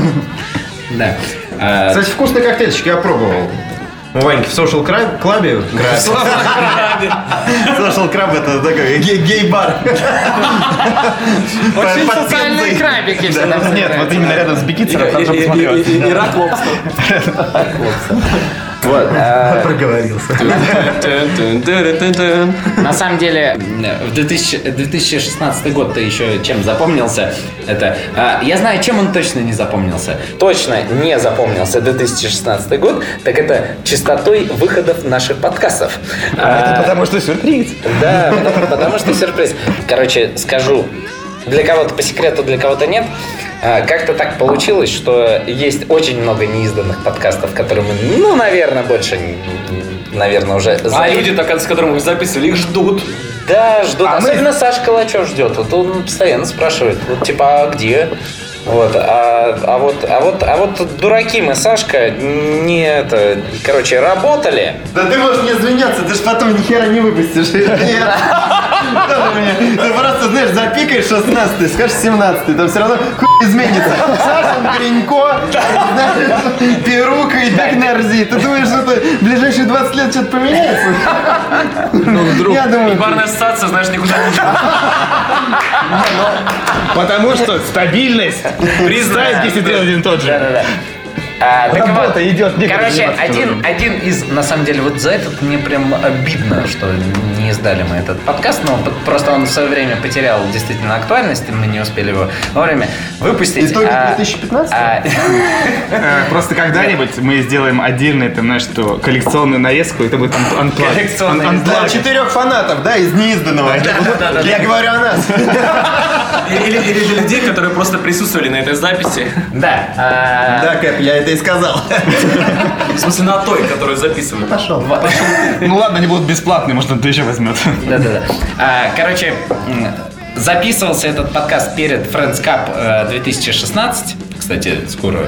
[SPEAKER 1] да. А,
[SPEAKER 5] Кстати, вкусный коктейльчик я пробовал. У Ваньки в Social Club, Club, Social Club это такой ге- гей-бар. Очень социальные крабики Нет, вот именно рядом с Бикицером, там же
[SPEAKER 9] И- и-
[SPEAKER 5] посмотрел.
[SPEAKER 9] и- и- и рак лобстер. э,
[SPEAKER 5] Проговорился.
[SPEAKER 9] Тын-тын-тыры-тын-тын.
[SPEAKER 1] на самом деле, м, в э, 2000 2016 год-то еще чем запомнился? Это а, я знаю, чем он точно не запомнился. Точно не запомнился 2016 год, так это частотой выходов наших подкастов. А,
[SPEAKER 3] Потому что сюрприз.
[SPEAKER 1] Да, потому- потому что сюрприз. Короче, скажу. Для кого-то по секрету, для кого-то нет. А, Как-то так получилось, что есть очень много неизданных подкастов, которые мы, ну, наверное, больше, н- н- наверное, уже
[SPEAKER 9] А
[SPEAKER 1] знаем.
[SPEAKER 9] люди, так, с которыми их записывали, их ждут.
[SPEAKER 1] Да, ждут. Особенно Саша Калачев ждет. Вот он постоянно спрашивает, вот типа, а где? Вот, а, а вот, а вот, а вот дураки мы, Сашка, не это, короче, работали.
[SPEAKER 5] Да ты можешь не извиняться, ты ж потом ни хера не выпустишь. Нет. Тоже мне. Ты просто, знаешь, запикаешь 16 скажешь 17 там все равно хуй изменится. Саша Гринько, знаешь, перука и так нарзи. Ты думаешь, что ты в ближайшие 20 лет что-то поменяется? Ну, вдруг. Я думаю,
[SPEAKER 9] Барная ассоциация, знаешь, никуда не
[SPEAKER 3] Потому что стабильность. Представь, если ты один и тот же.
[SPEAKER 1] А, так
[SPEAKER 3] Работа
[SPEAKER 1] вот,
[SPEAKER 3] идет некогда
[SPEAKER 1] Короче,
[SPEAKER 3] заниматься
[SPEAKER 1] один, один из, на самом деле, вот за этот мне прям обидно, что не издали мы этот подкаст, но под- просто он в свое время потерял действительно актуальность, и мы не успели его вовремя выпустить.
[SPEAKER 5] Итоги
[SPEAKER 1] А,
[SPEAKER 5] 2015?
[SPEAKER 1] а,
[SPEAKER 2] Э, Просто когда-нибудь мы сделаем отдельный, там, знаешь, что, коллекционную нарезку, и это будет ан- анплаг.
[SPEAKER 1] Коллекционная
[SPEAKER 2] Ан-
[SPEAKER 5] Для
[SPEAKER 2] анплаг.
[SPEAKER 5] четырех фанатов, да, из неизданного. Я говорю о нас.
[SPEAKER 9] Или или для людей, которые просто присутствовали на этой записи.
[SPEAKER 1] Да. а,
[SPEAKER 5] Да, Кэп, я это и сказал.
[SPEAKER 9] В смысле, на той, которую записывали.
[SPEAKER 2] Ну ладно, они будут бесплатные, может, кто еще возьмет.
[SPEAKER 1] Да-да-да. А, короче, м, записывался этот подкаст перед Friends Cup э, 2016. Кстати, скоро.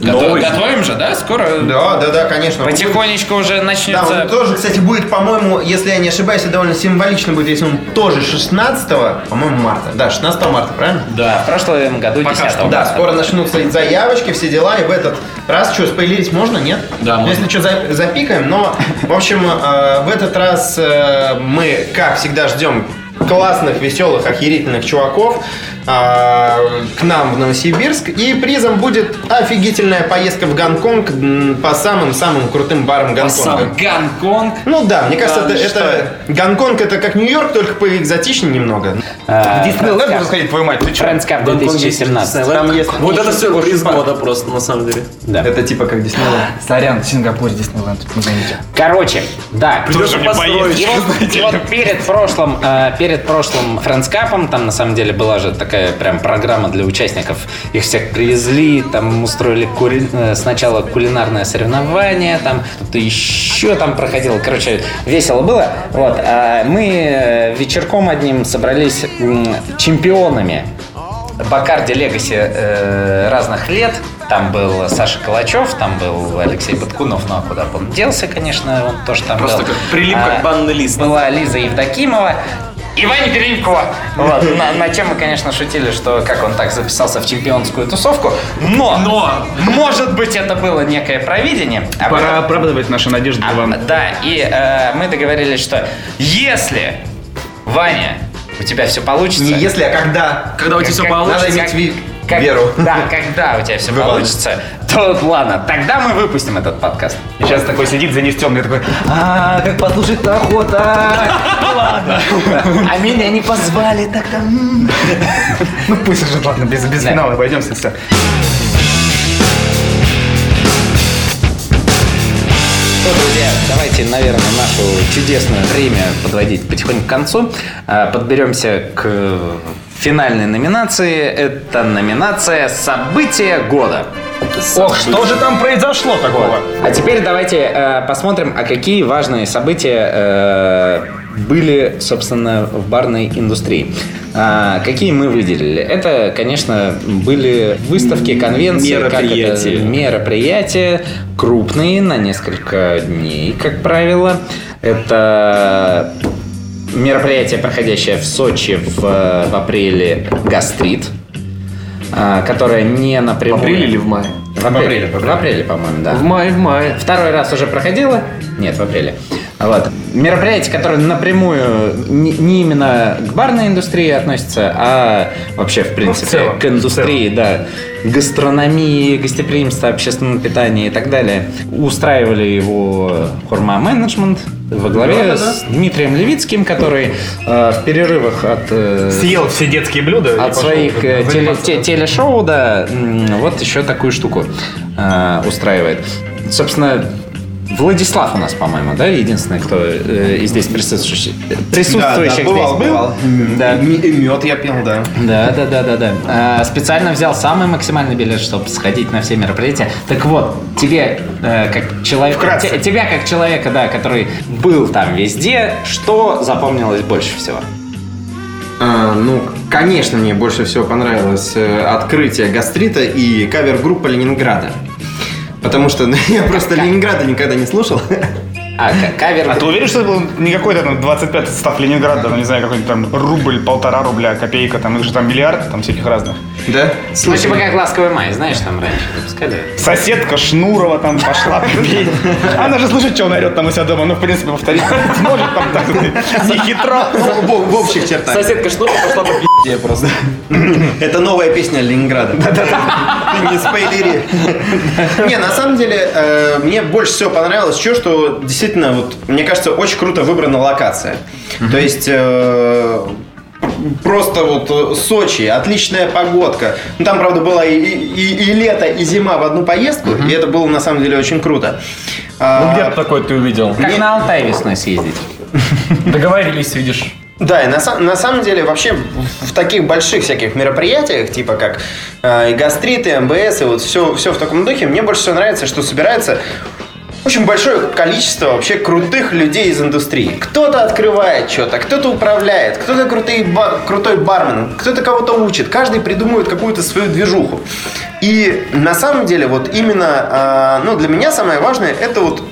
[SPEAKER 1] Готов-
[SPEAKER 9] Новый.
[SPEAKER 1] готовим же, да? Скоро.
[SPEAKER 5] Да, да, да, конечно.
[SPEAKER 1] Потихонечку уже
[SPEAKER 5] Да, он
[SPEAKER 1] начнется.
[SPEAKER 5] тоже, кстати, будет, по-моему, если я не ошибаюсь, это довольно символично будет, если он тоже 16, по-моему, марта. Да, 16 марта, правильно?
[SPEAKER 1] Да, в прошлом году 10
[SPEAKER 5] Да, скоро начнутся и заявочки, все дела, и в этот раз что, спойлерить можно, нет?
[SPEAKER 9] Да,
[SPEAKER 5] Ну,
[SPEAKER 9] можно.
[SPEAKER 5] Если что, за- запикаем, но, в общем, э, в этот раз э, мы, как всегда, ждем классных, веселых, охерительных чуваков э, к нам в Новосибирск. И призом будет офигительная поездка в Гонконг м, по самым-самым крутым барам Гонконга.
[SPEAKER 1] Сам Гонконг.
[SPEAKER 5] Ну да, мне кажется,
[SPEAKER 9] Да,
[SPEAKER 5] это,
[SPEAKER 9] ну что?
[SPEAKER 5] это- Гонконг это как Нью-Йорк, только поэкзотичнее немного.
[SPEAKER 1] В
[SPEAKER 2] Диснейленд можно сходить, твою мать, ты че?
[SPEAKER 1] Friends Cup 2017.
[SPEAKER 5] Там есть
[SPEAKER 9] Вот это сюрприз года просто, на самом деле.
[SPEAKER 5] Это типа как Диснейленд.
[SPEAKER 3] Сорян, в Сингапуре Диснейленд, тут не заметил.
[SPEAKER 1] Короче, да.
[SPEAKER 9] Тоже построить.
[SPEAKER 1] И вот, и вот перед прошлым, э, перед прошлым френдскапом, там на самом деле была же такая прям программа для участников. Их всех привезли, там устроили кули- э, сначала кулинарное соревнование, там что-то еще там проходило. Короче, весело было. Вот, а мы э, вечерком одним собрались м, чемпионами Бакарди Легаси э, разных лет. Там был Саша Калачев, там был Алексей Баткунов, ну а куда бы он делся, конечно, он тоже там
[SPEAKER 9] Просто
[SPEAKER 1] был.
[SPEAKER 9] как прилип, как
[SPEAKER 1] А,
[SPEAKER 9] банный лист.
[SPEAKER 1] была Лиза Евдокимова.
[SPEAKER 10] Иване Гринько. Вот, на, на чем мы, конечно, шутили, что как он так записался в чемпионскую тусовку. Но,
[SPEAKER 4] Но!
[SPEAKER 10] может быть, это было некое провидение. Об
[SPEAKER 3] Пора
[SPEAKER 10] этом-
[SPEAKER 3] оправдывать наши надежды,
[SPEAKER 10] а,
[SPEAKER 3] Иван.
[SPEAKER 10] Да, и э, мы договорились, что если, Ваня, у тебя все получится...
[SPEAKER 5] Не если, а когда.
[SPEAKER 4] Когда у тебя все
[SPEAKER 10] Как-
[SPEAKER 4] получится,
[SPEAKER 5] Надо иметь
[SPEAKER 10] как-
[SPEAKER 5] ви-
[SPEAKER 10] как-
[SPEAKER 5] веру.
[SPEAKER 10] Да, когда у тебя все
[SPEAKER 5] Вывод.
[SPEAKER 10] получится, то вот ладно, тогда мы выпустим этот подкаст.
[SPEAKER 2] И сейчас такой сидит за нефтем, я такой,
[SPEAKER 1] А, как послушать-то охота.
[SPEAKER 10] Ну
[SPEAKER 1] Ладно. А меня не позвали тогда. м.
[SPEAKER 2] ну пусть уже, ладно, без, без финала обойдемся и все.
[SPEAKER 1] Что, друзья, давайте, наверное, наше чудесное время подводить потихоньку к концу. А, Подберемся к э, финальной номинации. Это номинация «Событие года».
[SPEAKER 3] Ох, что же там произошло такого?
[SPEAKER 1] А теперь давайте э, посмотрим, а какие важные события э, были, собственно, в барной индустрии. А, какие мы выделили? Это, конечно, были выставки, конвенции, как это,
[SPEAKER 9] Мероприятия.
[SPEAKER 1] мероприятия крупные на несколько дней, как правило. Это мероприятие, проходящее в Сочи в, э, в апреле «Гастрит», а, которое не напрямую...
[SPEAKER 9] В апреле или в мае?
[SPEAKER 1] В апреле, в апреле, по-моему, да.
[SPEAKER 9] В мае, в мае.
[SPEAKER 1] Второй раз уже проходила? Нет, в апреле. Вот. Мероприятие, которое напрямую не, не именно к барной индустрии относится, а вообще, в принципе,
[SPEAKER 2] Ну, целом,
[SPEAKER 1] к индустрии, да, гастрономии, гостеприимства, общественного питания и так далее. Устраивали его Хурма Менеджмент во главе с Дмитрием Левицким, который э, в перерывах от э,
[SPEAKER 2] Съел все детские блюда. и
[SPEAKER 1] от
[SPEAKER 2] пошел
[SPEAKER 1] своих э,
[SPEAKER 2] заниматься.
[SPEAKER 1] теле- те- телешоу, да, м, вот еще такую штуку э, устраивает. Собственно, Владислав у нас, по-моему, да, единственный, кто э, из здесь присутствующий, присутствующих
[SPEAKER 5] да, бывал,
[SPEAKER 1] здесь был.
[SPEAKER 5] бывал.
[SPEAKER 1] Да.
[SPEAKER 5] М- И мед я пил, да.
[SPEAKER 1] Да, да, да, да, да. А, специально взял самый максимальный билет, чтобы сходить на все мероприятия. Так вот, тебе э, как человек, те- тебя как человека, да, который был там везде, что запомнилось больше всего?
[SPEAKER 5] А, ну, конечно, мне больше всего понравилось э, открытие гастрита и кавер-группа Ленинграда. Потому что ну, я просто Ленинграда никогда не слушал.
[SPEAKER 1] А к- кавер.
[SPEAKER 2] А ты уверен, что это был не какой-то там 25 состав Ленинграда, ну, не знаю, какой-нибудь там рубль, полтора рубля, копейка, там их же там миллиард, там всяких разных.
[SPEAKER 5] Да?
[SPEAKER 1] Ну, типа как ласковый май, знаешь, там раньше выпускали.
[SPEAKER 2] Соседка Шнурова там пошла петь. Она же слышит, что он орет там у себя дома, ну, в принципе, повторить сможет там так, нехитро.
[SPEAKER 5] В, в- в общих чертах.
[SPEAKER 9] Соседка Шнура пошла по пи***е просто.
[SPEAKER 5] Это новая песня Ленинграда. Ты не спойлери. Не, на самом деле, э, мне больше всего понравилось то, что действительно, вот, мне кажется, очень круто выбрана локация. То есть... э, Просто вот э, Сочи, отличная погодка. Ну, там, правда, была и, и- и лето, и зима в одну поездку, и это было на самом деле очень круто. А,
[SPEAKER 9] такой ты увидел?
[SPEAKER 1] Как на Алтай весной съездить.
[SPEAKER 9] Договорились, видишь.
[SPEAKER 5] Да, и на, са- на самом деле вообще в, в таких больших всяких мероприятиях, типа как э, и гастриты, и МБС, и вот все, все в таком духе, мне больше всего нравится, что собирается очень большое количество вообще крутых людей из индустрии. Кто-то открывает что-то, кто-то управляет, кто-то крутые ба- крутой бармен, кто-то кого-то учит. Каждый придумывает какую-то свою движуху. И на самом деле вот именно, э, ну для меня самое важное это вот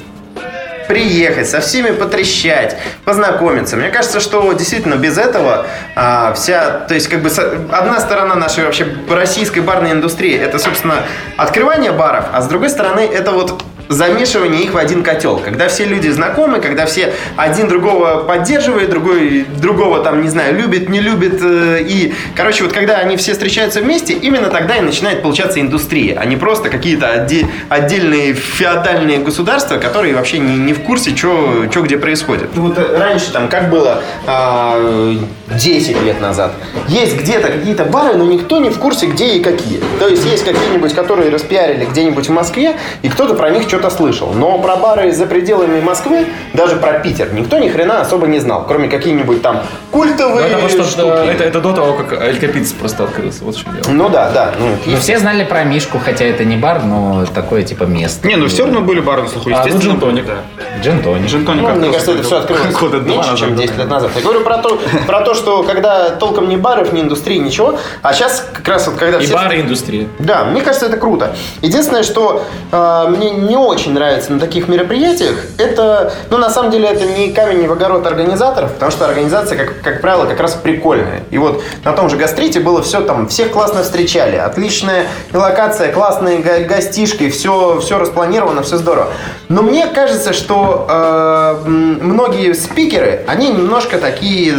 [SPEAKER 5] приехать, со всеми потрещать, познакомиться. Мне кажется, что действительно без этого а, вся, то есть как бы со- одна сторона нашей вообще российской барной индустрии это, собственно, открывание баров, а с другой стороны это вот замешивание их в один котел, когда все люди знакомы, когда все один другого поддерживает, другой другого там, не знаю, любит, не любит, э, и, короче, вот когда они все встречаются вместе, именно тогда и начинает получаться индустрия, а не просто какие-то отде- отдельные феодальные государства, которые вообще не, не в курсе, что где происходит. Вот э, раньше там как было а, 10 лет назад, есть где-то какие-то бары, но никто не в курсе, где и какие. То есть есть какие-нибудь, которые распиарили где-нибудь в Москве, и кто-то про них что-то слышал. Но про бары за пределами Москвы, даже про Питер, никто ни хрена особо не знал, кроме какие-нибудь там культовые
[SPEAKER 9] Ну, Это, потому
[SPEAKER 5] штуки.
[SPEAKER 9] что, это, это до того, как Эль Капитс просто открылся. Вот в чем дело.
[SPEAKER 5] Ну да, да. Ну,
[SPEAKER 1] Ну, все знали про Мишку, хотя это не бар, но такое типа место.
[SPEAKER 2] Не, ну все равно были бары на слуху, естественно.
[SPEAKER 9] джин-тоник.
[SPEAKER 2] Да.
[SPEAKER 1] Джентони.
[SPEAKER 2] Джин-тоник
[SPEAKER 5] Ну, мне
[SPEAKER 2] открылся
[SPEAKER 5] кажется, это все открылось
[SPEAKER 2] года два
[SPEAKER 5] меньше, чем
[SPEAKER 2] назад,
[SPEAKER 5] 10 лет назад. Я говорю про то, про то, что когда толком ни баров, ни индустрии, ничего, а сейчас как раз вот когда
[SPEAKER 9] И
[SPEAKER 5] все...
[SPEAKER 9] бары индустрии.
[SPEAKER 5] Да, мне кажется, это круто. Единственное, что э, мне не очень нравится на таких мероприятиях, это, ну, на самом деле, это не камень в огород организаторов, потому что организация, как, как правило, как раз прикольная. И вот на том же гастрите было все там, всех классно встречали, отличная локация, классные го- гостишки, все, все распланировано, все здорово. Но мне кажется, что э, м, многие спикеры, они немножко такие,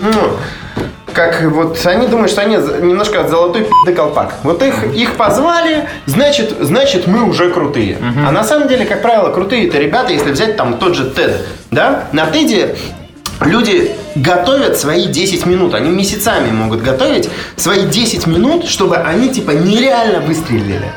[SPEAKER 5] ну, как вот они думают, что они за- немножко от золотой пи***ды колпак. Вот их, их позвали, значит, значит мы уже крутые. А на самом деле, как правило, крутые это ребята, если взять там тот же Тед, да? На Теде люди готовят свои 10 минут, они месяцами могут готовить свои 10 минут, чтобы они типа нереально выстрелили.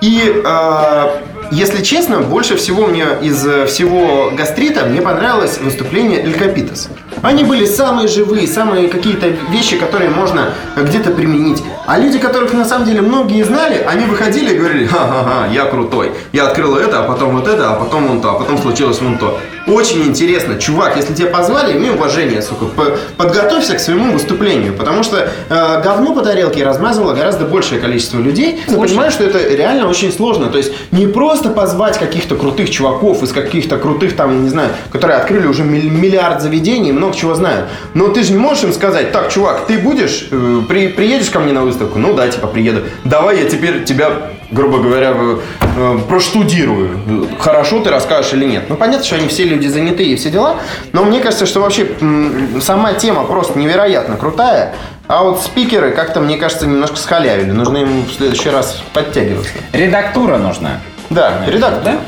[SPEAKER 5] И э, если честно, больше всего мне из э, всего гастрита мне понравилось выступление Эль Капитас. Они были самые живые, самые какие-то вещи, которые можно э, где-то применить. А люди, которых на самом деле многие знали, они выходили и говорили, ха-ха-ха, я крутой. Я открыл это, а потом вот это, а потом вон то, а потом случилось вон то. Очень интересно. Чувак, если тебя позвали, имей уважение, сука. П- Подготовься к своему выступлению, потому что э, говно по тарелке размазывало гораздо большее количество людей. Я понимаю, что это реально очень сложно. То есть не просто позвать каких-то крутых чуваков из каких-то крутых, там, я не знаю, которые открыли уже миль- миллиард заведений и много чего знают. Но ты же не можешь им сказать, так, чувак, ты будешь, э, при- приедешь ко мне на выставку? Ну да, типа, приеду. Давай я теперь тебя грубо говоря, э, э, проштудирую, э, хорошо ты расскажешь или нет. Ну, понятно, что они все люди заняты и все дела, но мне кажется, что вообще м, сама тема просто невероятно крутая, а вот спикеры как-то, мне кажется, немножко схалявили. Нужно им в следующий раз подтягиваться.
[SPEAKER 1] Редактура нужна.
[SPEAKER 5] Да, редактор.
[SPEAKER 1] Да?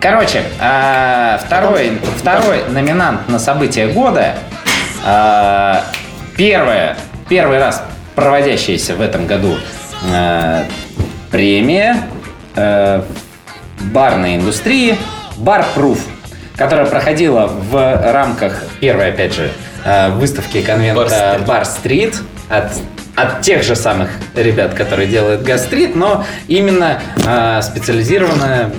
[SPEAKER 1] Короче, а, второй, второй номинант на событие года. а, Первое, первый раз проводящаяся в этом году а, премия а, барной индустрии Bar Proof, которая проходила в рамках первой, опять же, а, выставки конвента Bar Street от от тех же самых ребят, которые делают гастрит, но именно а, специализированная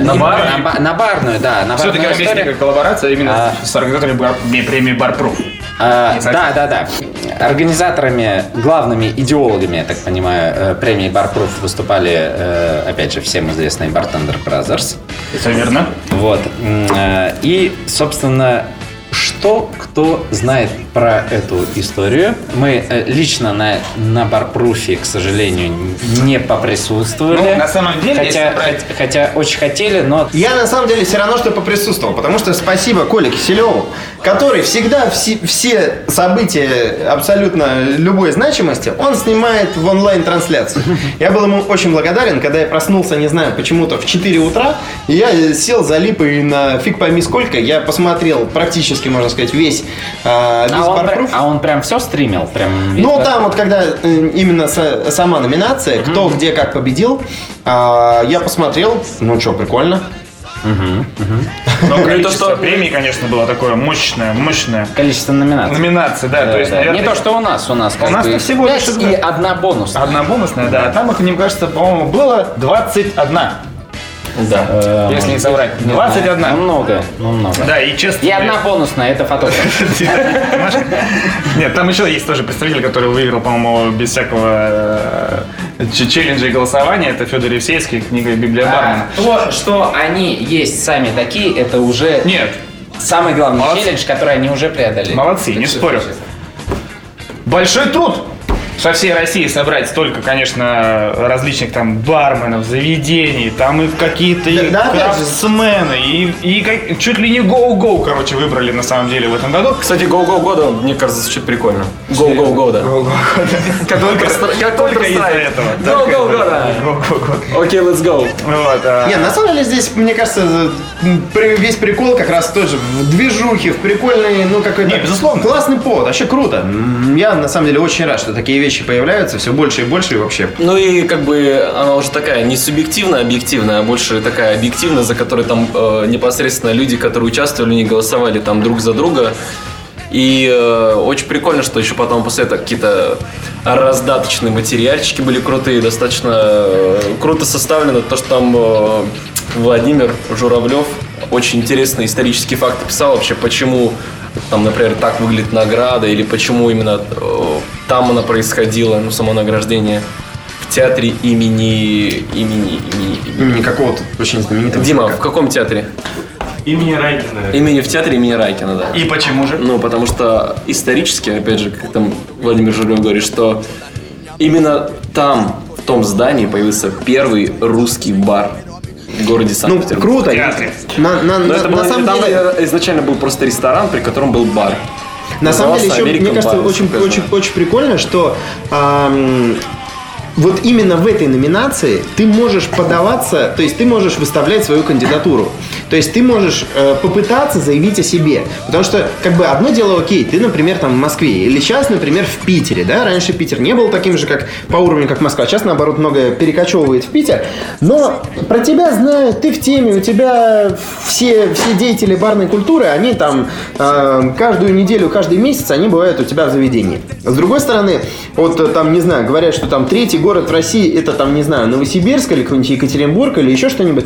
[SPEAKER 1] на,
[SPEAKER 11] бар?
[SPEAKER 1] ба- на барную, да,
[SPEAKER 2] Ну,
[SPEAKER 1] на барную
[SPEAKER 11] Все-таки
[SPEAKER 1] историю.
[SPEAKER 11] ровесника коллаборация именно
[SPEAKER 1] А.
[SPEAKER 11] с организаторами бар- премии Барпруф.
[SPEAKER 1] А,
[SPEAKER 11] Кстати.
[SPEAKER 1] да, да, да. Организаторами, главными идеологами, я так понимаю, э, премии Барпруф выступали, э, опять же, всем известные Bartender Brothers.
[SPEAKER 11] Все верно.
[SPEAKER 1] Вот. М, э, И, собственно, что кто знает про эту историю? Мы э, лично на, на Барпруфе, к сожалению, не поприсутствовали.
[SPEAKER 11] Ну, на самом деле,
[SPEAKER 1] хотя,
[SPEAKER 11] если брать-
[SPEAKER 1] хотя, хотя очень хотели, но
[SPEAKER 5] Я на самом деле все равно что поприсутствовал, потому что спасибо Коле Киселеву, который всегда все, все события абсолютно любой значимости он снимает в онлайн-трансляцию. Я был ему очень благодарен, когда я проснулся, не знаю, почему-то в 4 утра, и я сел за липы и на фиг пойми сколько, я посмотрел практически, можно сказать, весь, а, весь
[SPEAKER 1] а он, прям-
[SPEAKER 5] Барпруф.
[SPEAKER 1] а он прям все стримил, прям. весь
[SPEAKER 5] Ну,
[SPEAKER 1] Барпруф?
[SPEAKER 5] там вот когда э, именно са- сама номинация, кто где как победил, а, я посмотрел, ну что, прикольно.
[SPEAKER 1] Ну,
[SPEAKER 2] Но количество премий, конечно, было такое мощное, мощное.
[SPEAKER 1] количество номинаций.
[SPEAKER 2] Номинации, да, то есть,
[SPEAKER 1] Да,
[SPEAKER 2] наверное...
[SPEAKER 1] Не то, что у нас, у нас как
[SPEAKER 2] У нас-то
[SPEAKER 1] бы
[SPEAKER 2] всего
[SPEAKER 1] пять
[SPEAKER 2] лишь
[SPEAKER 1] и одна бонус.
[SPEAKER 2] Одна бонусная, да. А там их, мне кажется, по-моему, было 21. А, Да. Если не соврать. 21.
[SPEAKER 1] Ну, много, ну, много.
[SPEAKER 2] Да, и честно...
[SPEAKER 1] И одна бонусная, это фотограф.
[SPEAKER 2] Нет, там еще есть тоже представитель, который выиграл, по-моему, без всякого э, ч- челленджа и голосования. Это Федор Евсеевский, книга «Библия бармена».
[SPEAKER 1] А, То, что они есть сами такие, это уже
[SPEAKER 2] Нет,
[SPEAKER 1] самый главный
[SPEAKER 2] Молодцы.
[SPEAKER 1] челлендж, который они уже преодолели.
[SPEAKER 2] молодцы, не спорю. Большой труд со всей России собрать столько, конечно, различных там барменов, заведений, там и какие-то и
[SPEAKER 5] Да, опять же.
[SPEAKER 2] крафтсмены, и, и как- чуть ли не go-go, короче, выбрали на самом деле в этом году.
[SPEAKER 4] Кстати, Go-Go года, мне кажется, звучит прикольно. Go-Go года. Как Как
[SPEAKER 2] Только из-за
[SPEAKER 4] Counter-Strike.
[SPEAKER 2] этого.
[SPEAKER 4] Go-Go года. Окей, let's go.
[SPEAKER 2] Вот, а,
[SPEAKER 5] Не, на самом деле здесь, мне кажется, м, при- весь прикол как раз тоже в движухе, в прикольной, ну какой-то...
[SPEAKER 2] Не, безусловно.
[SPEAKER 5] Классный повод, вообще круто. М, Я на самом деле очень рад, что такие вещи появляются все больше и больше и вообще.
[SPEAKER 4] Ну и как бы она уже такая не субъективно объективная, а больше такая объективная, за которой там э, непосредственно люди, которые участвовали, не голосовали там друг за друга. И э, очень прикольно, что еще потом после этого какие-то раздаточные материальчики были крутые, достаточно э, круто составлено то, что там э, Владимир Журавлев очень интересные исторические факты писал вообще, почему там, например, так выглядит награда или почему именно э, там она происходила, ну, само награждение в театре имени... имени... имени...
[SPEAKER 5] Имени какого-то очень знаменитого.
[SPEAKER 4] Дима, в
[SPEAKER 5] чувака.
[SPEAKER 4] каком театре?
[SPEAKER 12] Имени Райкина.
[SPEAKER 4] Имени в театре имени Райкина, да.
[SPEAKER 3] И почему же?
[SPEAKER 4] Ну, потому что исторически, опять же, как там Владимир Жулев говорит, что именно там, в том здании, появился первый русский бар в городе
[SPEAKER 5] Ну,
[SPEAKER 4] Санкт-Петербург.
[SPEAKER 5] круто.
[SPEAKER 3] Театре.
[SPEAKER 5] На, на-
[SPEAKER 4] Но
[SPEAKER 5] на-
[SPEAKER 4] это
[SPEAKER 5] на
[SPEAKER 4] было-
[SPEAKER 5] самом
[SPEAKER 4] там а
[SPEAKER 5] деле,
[SPEAKER 4] изначально был просто ресторан, при котором был бар.
[SPEAKER 5] на самом деле
[SPEAKER 4] Назывался
[SPEAKER 5] еще, мне
[SPEAKER 4] American
[SPEAKER 5] кажется,
[SPEAKER 4] Bar,
[SPEAKER 5] очень,
[SPEAKER 4] насколько я
[SPEAKER 5] очень,
[SPEAKER 4] знаю.
[SPEAKER 5] очень прикольно, что ам, вот именно в этой номинации ты можешь подаваться, то есть ты можешь выставлять свою кандидатуру. То есть ты можешь э, попытаться заявить о себе. Потому что, как бы, одно дело, окей, ты, например, там в Москве, или сейчас, например, в Питере, да, раньше Питер не был таким же, как по уровню, как Москва. Сейчас, наоборот, многое перекочевывает в Питер. Но про тебя знают, ты в теме, у тебя все, все деятели барной культуры, они там э, каждую неделю, каждый месяц, они бывают у тебя в заведении. С другой стороны, вот э, там, не знаю, говорят, что там третий город в России, это там, не знаю, Новосибирск или какой-нибудь Екатеринбург или еще что-нибудь.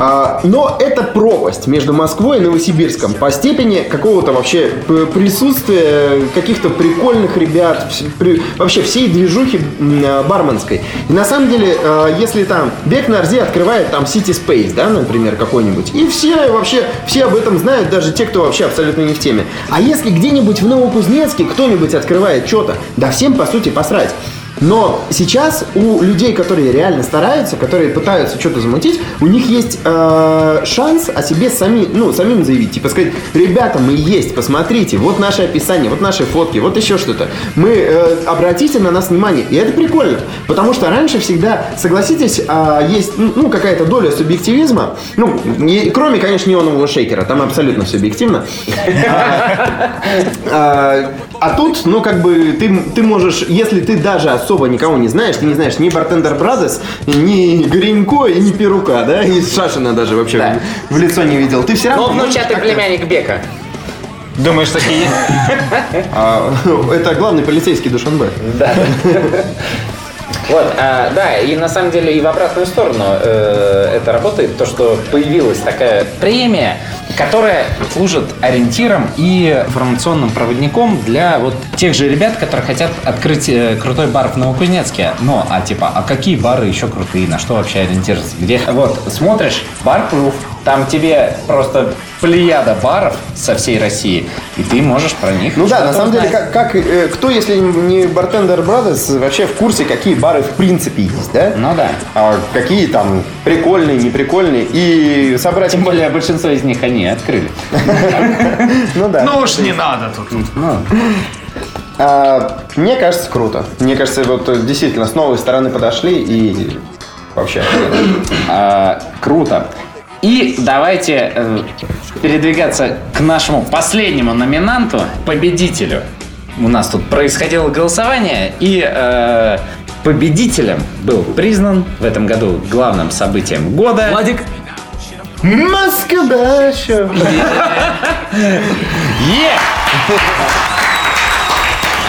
[SPEAKER 5] А, но это пропасть между Москвой и Новосибирском по степени какого-то вообще п- присутствия каких-то прикольных ребят, вс- при- вообще всей движухи м, э, барменской. И на самом деле, э, если там Бек Нарзи открывает там City Space, да, например, какой-нибудь, и все вообще, все об этом знают, даже те, кто вообще абсолютно не в теме. А если где-нибудь в Новокузнецке кто-нибудь открывает что-то, да всем, по сути, посрать. Но сейчас у людей, которые реально стараются, которые пытаются что-то замутить, у них есть э, шанс о себе сами, ну, самим заявить. Типа сказать, ребята, мы есть, посмотрите, вот наше описание, вот наши фотки, вот еще что-то. Мы, э, обратите на нас внимание. И это прикольно, потому что раньше всегда, согласитесь, а, есть, ну, ну, какая-то доля субъективизма, ну, не- кроме, конечно, неонового шейкера, там абсолютно субъективно. А, а тут, ну, как бы, ты, ты можешь, если ты даже особо никого не знаешь, ты не знаешь ни Бартендер Brothers, ни Гринько и ни Перука, да, и Шашина даже вообще
[SPEAKER 1] Да.
[SPEAKER 5] в в лицо не видел. Ты все равно...
[SPEAKER 1] Но Ну, внучатый племянник Бека.
[SPEAKER 3] Думаешь, такие есть?
[SPEAKER 5] А, это главный полицейский Душанбе.
[SPEAKER 1] Да. Вот, а, да, и на самом деле и в обратную сторону э, это работает, то, что появилась такая премия, которая служит ориентиром и информационным проводником для вот тех же ребят, которые хотят открыть э, крутой бар в Новокузнецке. Но, а типа, а какие бары еще крутые, на что вообще ориентироваться? Где? Вот, смотришь, барпруф, там тебе просто плеяда баров со всей России, и ты можешь про них
[SPEAKER 5] Ну да,
[SPEAKER 1] что-то
[SPEAKER 5] на самом деле,
[SPEAKER 1] узнать.
[SPEAKER 5] как, как, э, кто, если не Бартендер Brothers, вообще в курсе, какие бары в принципе есть, да?
[SPEAKER 1] Ну да.
[SPEAKER 5] А какие там прикольные, неприкольные, и собрать...
[SPEAKER 1] Тем более большинство из них они открыли.
[SPEAKER 5] Ну да.
[SPEAKER 2] Ну уж не надо тут.
[SPEAKER 5] А, мне кажется, круто. Мне кажется, вот э, действительно с новой стороны подошли и вообще.
[SPEAKER 1] А, круто. И давайте э, передвигаться к нашему последнему номинанту, победителю. У нас тут происходило голосование, и э, победителем был признан в этом году главным событием года.
[SPEAKER 4] Владик,
[SPEAKER 5] Маскадача.
[SPEAKER 1] Е!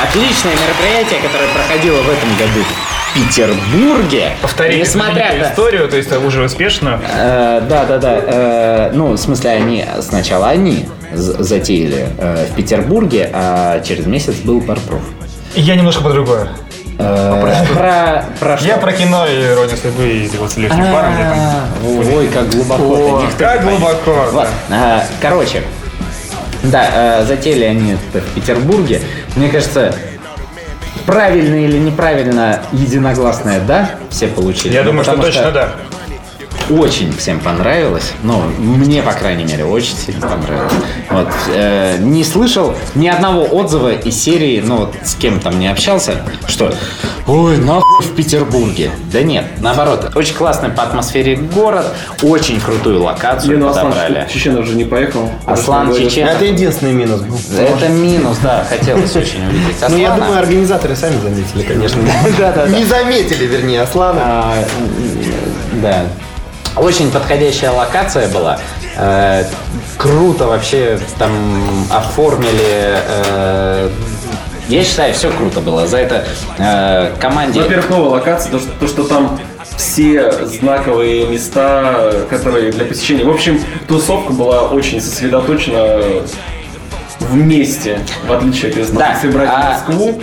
[SPEAKER 1] Отличное мероприятие, которое проходило в этом году в Петербурге.
[SPEAKER 2] Повторить
[SPEAKER 1] Несмотря
[SPEAKER 2] знаменитую
[SPEAKER 1] на...
[SPEAKER 2] историю, то есть уже успешную.
[SPEAKER 1] Э, Да, да, да. Э, Ну, в смысле, они сначала они з- затеяли э, в Петербурге, а через месяц был барпроф.
[SPEAKER 2] Я немножко про другое. А
[SPEAKER 1] Э, Про про
[SPEAKER 2] Я
[SPEAKER 1] что?
[SPEAKER 2] про кино и иронию судьбы и вот с легким паром. я там-
[SPEAKER 1] А, Ой, как глубоко. ты,
[SPEAKER 2] Как глубоко.
[SPEAKER 1] Вот.
[SPEAKER 2] да.
[SPEAKER 1] А, Короче, да, э, затеяли они это в Петербурге. Мне кажется, правильно или неправильно единогласное «да» все получили.
[SPEAKER 2] Я
[SPEAKER 1] Ну,
[SPEAKER 2] думаю, что
[SPEAKER 1] потому
[SPEAKER 2] точно да.
[SPEAKER 1] очень всем понравилось. Ну, мне, по крайней мере, очень сильно понравилось. Вот, э, не слышал ни одного отзыва из серии, ну, вот с кем там не общался, что «Ой, нахуй в Петербурге». Да нет, наоборот, очень классный по атмосфере город, очень крутую локацию
[SPEAKER 13] Блин, ну Аслан
[SPEAKER 1] подобрали.
[SPEAKER 13] Чеченов же не поехал.
[SPEAKER 1] Аслан Чечен.
[SPEAKER 5] Это единственный минус был.
[SPEAKER 1] Это минус, да, хотелось очень увидеть
[SPEAKER 5] Ну, я
[SPEAKER 1] Аслана.
[SPEAKER 5] думаю, организаторы сами заметили, конечно.
[SPEAKER 1] Да, да, да.
[SPEAKER 5] Не заметили, вернее, Аслана.
[SPEAKER 1] А, Да. Очень подходящая локация была. Э, Круто вообще там оформили. э, Я считаю, все круто было. За это э, команде...
[SPEAKER 13] Во-первых, новая локация, то что, то, что там все знаковые места, которые для посещения. В общем, тусовка была очень сосредоточена вместе, в отличие от, если
[SPEAKER 1] Да,
[SPEAKER 13] если брать
[SPEAKER 1] а-
[SPEAKER 13] Москву.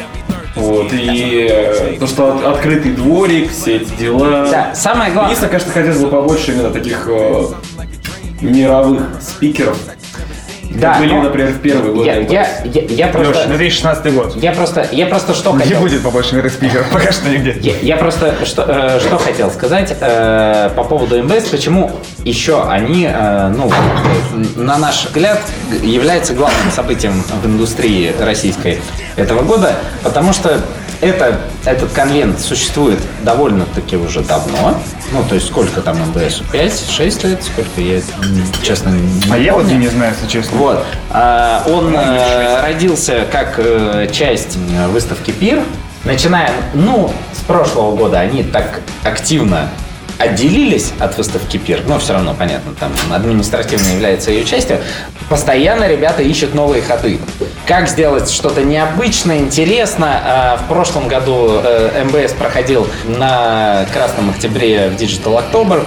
[SPEAKER 9] Вот, и э, то, что от- открытый дворик, все эти дела.
[SPEAKER 1] Да, самое главное.
[SPEAKER 9] Единственное, конечно, хотелось бы побольше именно таких э, мировых спикеров.
[SPEAKER 1] Да,
[SPEAKER 9] как были,
[SPEAKER 1] но-
[SPEAKER 9] например, в первый год.
[SPEAKER 1] Я,
[SPEAKER 9] Intel.
[SPEAKER 1] я, я, я
[SPEAKER 2] ну,
[SPEAKER 1] просто,
[SPEAKER 2] 2016 год.
[SPEAKER 1] я просто, я просто что хотел.
[SPEAKER 2] побольше мира спикеров, пока что нигде.
[SPEAKER 1] Я, я просто что, э, что хотел сказать э, по поводу МБС, почему еще они, э, ну, на наш взгляд, являются главным событием в индустрии российской этого года, потому что это, этот конвент существует довольно-таки уже давно. Ну, то есть сколько там МБС? 5-6 лет? Сколько? Я, м, честно, не
[SPEAKER 2] А я вот
[SPEAKER 1] помню.
[SPEAKER 2] не знаю, если честно.
[SPEAKER 1] Вот. А, Он э, родился как э, часть м, выставки Пир. Начиная, ну, с прошлого года они так активно отделились от выставки Пир, но все равно, понятно, там административно является ее частью, постоянно ребята ищут новые ходы. Как сделать что-то необычное, интересно. А, В прошлом году э, МБС проходил на Красном Октябре в Digital October.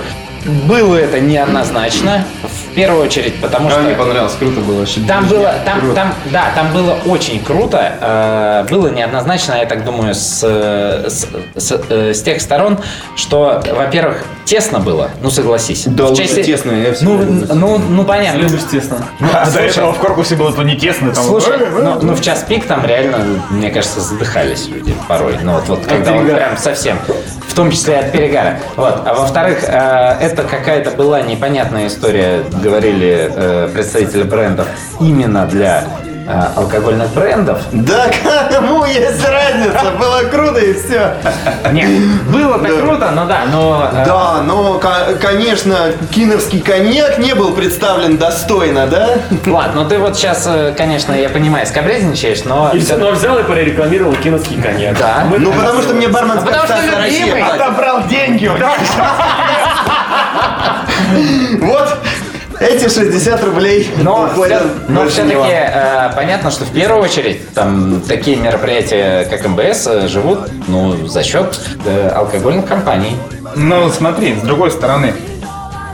[SPEAKER 1] Было это неоднозначно, в первую очередь, потому что...
[SPEAKER 5] мне понравилось, круто было. вообще.
[SPEAKER 1] Там было, там, там, да, там было очень круто. э, Было неоднозначно, я так думаю, с, э, с, с, э, с тех сторон, что, во-первых, тесно было, ну согласись.
[SPEAKER 5] Да,
[SPEAKER 1] В
[SPEAKER 5] лучше тесно, я всегда
[SPEAKER 1] ну,
[SPEAKER 5] люблю.
[SPEAKER 1] ну, ну, понятно.
[SPEAKER 14] естественно.
[SPEAKER 2] А до этого в корпусе было то не тесно,
[SPEAKER 5] А
[SPEAKER 2] там...
[SPEAKER 1] Слушай, ну, ну, в час пик там реально, мне кажется, задыхались люди порой. Ну вот, вот когда вот прям совсем. В том числе от перегара. Вот. А во-вторых, э, это какая-то была непонятная история, говорили э, представители брендов, именно для э, алкогольных брендов.
[SPEAKER 5] Да кому есть разница? Было круто и все.
[SPEAKER 1] Нет, было так круто, но да, но... э,
[SPEAKER 5] Да, А, но, ко- конечно, киновский коньяк не был представлен достойно, да?
[SPEAKER 1] Ладно, ну ты вот сейчас, конечно, я понимаю, скобрезничаешь, но...
[SPEAKER 14] И все, но Ну, а взял и прорекламировал киновский коньяк.
[SPEAKER 1] Да.
[SPEAKER 14] Мы-
[SPEAKER 5] Ну, потому что мне бармен сказал,
[SPEAKER 1] потому что
[SPEAKER 5] «Стас, Россия
[SPEAKER 1] любимый».
[SPEAKER 5] платит».
[SPEAKER 2] Отобрал деньги у него.
[SPEAKER 5] Вот эти 60 рублей
[SPEAKER 1] Но,
[SPEAKER 5] уходят
[SPEAKER 1] всё- но
[SPEAKER 5] больше
[SPEAKER 1] все-таки
[SPEAKER 5] не вам.
[SPEAKER 1] э, понятно, что в первую очередь там такие мероприятия, как МБС, э, живут ну, за счет э, алкогольных компаний.
[SPEAKER 2] Ну, смотри, с другой стороны,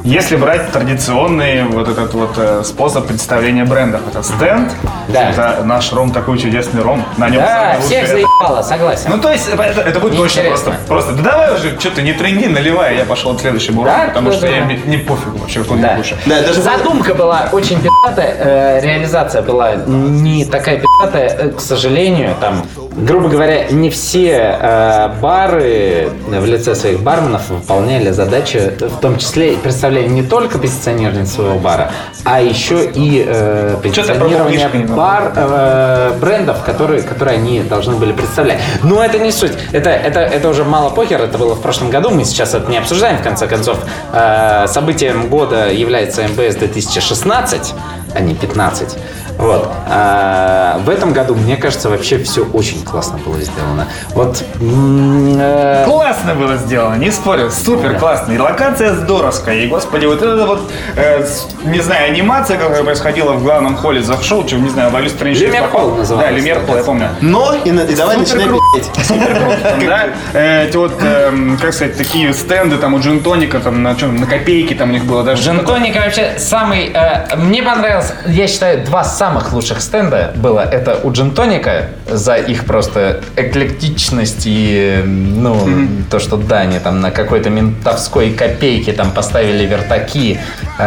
[SPEAKER 2] если брать традиционный вот этот вот э, способ представления брендов, это стенд,
[SPEAKER 1] Да.
[SPEAKER 2] это наш ром такой чудесный ром, на нем
[SPEAKER 1] Да,
[SPEAKER 2] самое
[SPEAKER 1] всех
[SPEAKER 2] лучшее.
[SPEAKER 1] заебало, согласен.
[SPEAKER 2] Ну, то есть, это, это будет точно
[SPEAKER 1] Интересно.
[SPEAKER 2] просто. Просто, да давай уже, что ты не тренди, наливай, а я пошел от следующего
[SPEAKER 1] Да,
[SPEAKER 2] урока, потому
[SPEAKER 1] да,
[SPEAKER 2] что
[SPEAKER 1] да.
[SPEAKER 2] я мне- не пофиг вообще, какой
[SPEAKER 1] Да.
[SPEAKER 2] лучше.
[SPEAKER 5] Да, даже
[SPEAKER 1] Задумка была очень пи***тая, э, реализация была не такая пи***тая, э, к сожалению, там, грубо говоря, не все э, бары э, в лице своих барменов выполняли задачи, э, в том числе и представляли не только позиционирование своего бара, а еще и э, позиционирование
[SPEAKER 2] книжку не могу.
[SPEAKER 1] бар э, брендов, которые, которые они должны были представлять. Но это не суть. Это, это, это уже мало похер, это было в прошлом году, мы сейчас это не обсуждаем, в конце концов. Э, событием года является МБС 2016, а не 15. Вот. А, в этом году, мне кажется, вообще все очень классно было сделано. Вот. м, э,
[SPEAKER 2] Классно было сделано, не спорю, супер классно. И локация здоровская, и, господи, вот это вот, э, с- не знаю, анимация, которая происходила в главном холле за шоу, что, не знаю, в Алюс
[SPEAKER 1] Люмьер Холл
[SPEAKER 2] Да,
[SPEAKER 1] называлась
[SPEAKER 2] Люмьер Холл, я помню.
[SPEAKER 5] Но, и, на- и давай начинай пи***ть.
[SPEAKER 2] Там, да, э, эти вот, эм, как сказать, такие стенды там у Джинтоника, там на чем, на копейке там у них было даже.
[SPEAKER 1] Джентоника вообще самый... э, мне понравился, я считаю, два самых лучших стенда было. Это у Джентоника за их просто эклектичность и, э, ну, то, что да, они там на какой-то ментовской копейке там поставили вертаки,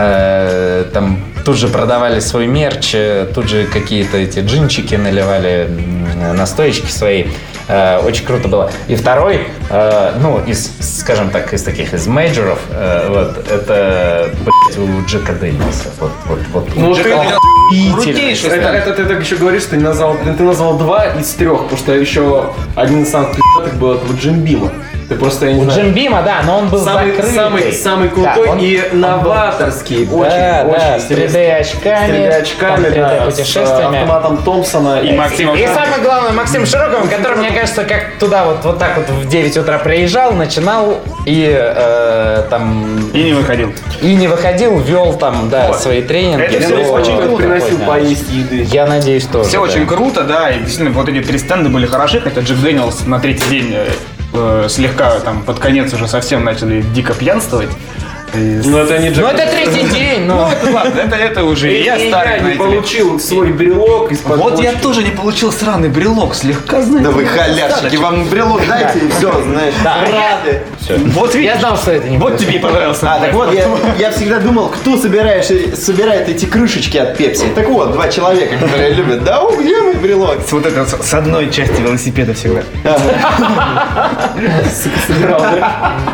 [SPEAKER 1] э, там тут же продавали свой мерч, э, тут же какие-то эти джинчики наливали м, настоечки свои. Э, Очень круто было. И второй, э, ну, из, скажем так, из таких, из мейджоров, э, вот, это, блядь, у Джека Дэниелса. Вот, вот, вот.
[SPEAKER 9] Ну,
[SPEAKER 1] Джек
[SPEAKER 9] ты
[SPEAKER 1] охуительный
[SPEAKER 9] Крутейший.
[SPEAKER 1] стенд.
[SPEAKER 9] Это, это ты так еще говоришь, что ты назвал, ты назвал два из трех, потому что еще один из самых пи***тых был от Джимбима. Ты просто, я не
[SPEAKER 1] У
[SPEAKER 9] знаю,
[SPEAKER 1] Джим Бима, да, но он был
[SPEAKER 9] самый,
[SPEAKER 1] закрытый.
[SPEAKER 9] самый, самый
[SPEAKER 1] Да,
[SPEAKER 9] крутой
[SPEAKER 1] он-
[SPEAKER 9] и новаторский.
[SPEAKER 1] Да,
[SPEAKER 9] очень,
[SPEAKER 1] да,
[SPEAKER 9] очень
[SPEAKER 1] с
[SPEAKER 9] интересный.
[SPEAKER 1] 3D
[SPEAKER 9] С
[SPEAKER 1] очками,
[SPEAKER 9] 3D очками, да, с э,
[SPEAKER 1] путешествиями.
[SPEAKER 9] автоматом Томпсона и
[SPEAKER 2] Максимом.
[SPEAKER 1] И самое главное, Максим Широков, который, мне кажется, как туда вот, вот так вот в 9 утра приезжал, начинал и э, там
[SPEAKER 2] И не выходил.
[SPEAKER 1] и не выходил, вел там, да, свои тренинги.
[SPEAKER 2] Это всё
[SPEAKER 1] до-
[SPEAKER 2] очень
[SPEAKER 1] до
[SPEAKER 2] круто.
[SPEAKER 9] приносил
[SPEAKER 1] позднего.
[SPEAKER 9] поесть еды.
[SPEAKER 1] Я надеюсь, что
[SPEAKER 2] Все очень круто, да, и действительно вот эти три стенда были хороши, хотя Джек Дэниелс на третий день э, э, слегка там под конец уже совсем начали дико пьянствовать.
[SPEAKER 15] Ну, это не
[SPEAKER 1] Ну
[SPEAKER 15] Джек.
[SPEAKER 1] это третий день, ну.
[SPEAKER 16] Это ладно, это, это уже я старый,
[SPEAKER 15] Я не
[SPEAKER 16] знаете ли.
[SPEAKER 15] получил свой брелок из
[SPEAKER 1] Вот я тоже не получил сраный брелок, слегка, знаете.
[SPEAKER 3] Да вы халявщики, вам брелок дайте и все, знаешь. Рады.
[SPEAKER 1] Вот я знал, что это не будет.
[SPEAKER 16] Тебе понравился.
[SPEAKER 5] А, так вот, я, я всегда думал, кто собираешь, собирает эти крышечки от Пепси. Так вот, два человека, которые любят. Да, о, где мой брелок?
[SPEAKER 2] Вот это с с одной части велосипеда всегда.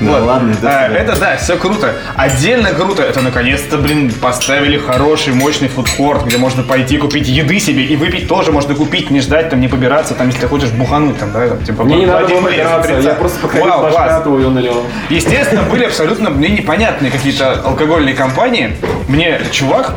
[SPEAKER 5] Ну ладно, да.
[SPEAKER 2] А, это да, все круто. Отдельно круто. Это наконец-то, блин, поставили хороший, мощный фудкорт, где можно пойти купить еды себе и выпить тоже можно купить, не ждать, там не побираться, там если хочешь бухануть, там, да, там, типа.
[SPEAKER 15] Мне не
[SPEAKER 2] по- по
[SPEAKER 15] надо
[SPEAKER 2] один
[SPEAKER 15] было
[SPEAKER 2] блин, по
[SPEAKER 15] нравиться,
[SPEAKER 2] 30.
[SPEAKER 15] я просто походил
[SPEAKER 2] Вау,
[SPEAKER 15] по
[SPEAKER 2] класс.
[SPEAKER 15] шкафу и налил.
[SPEAKER 2] Естественно, были абсолютно мне непонятные какие-то алкогольные компании. Мне чувак,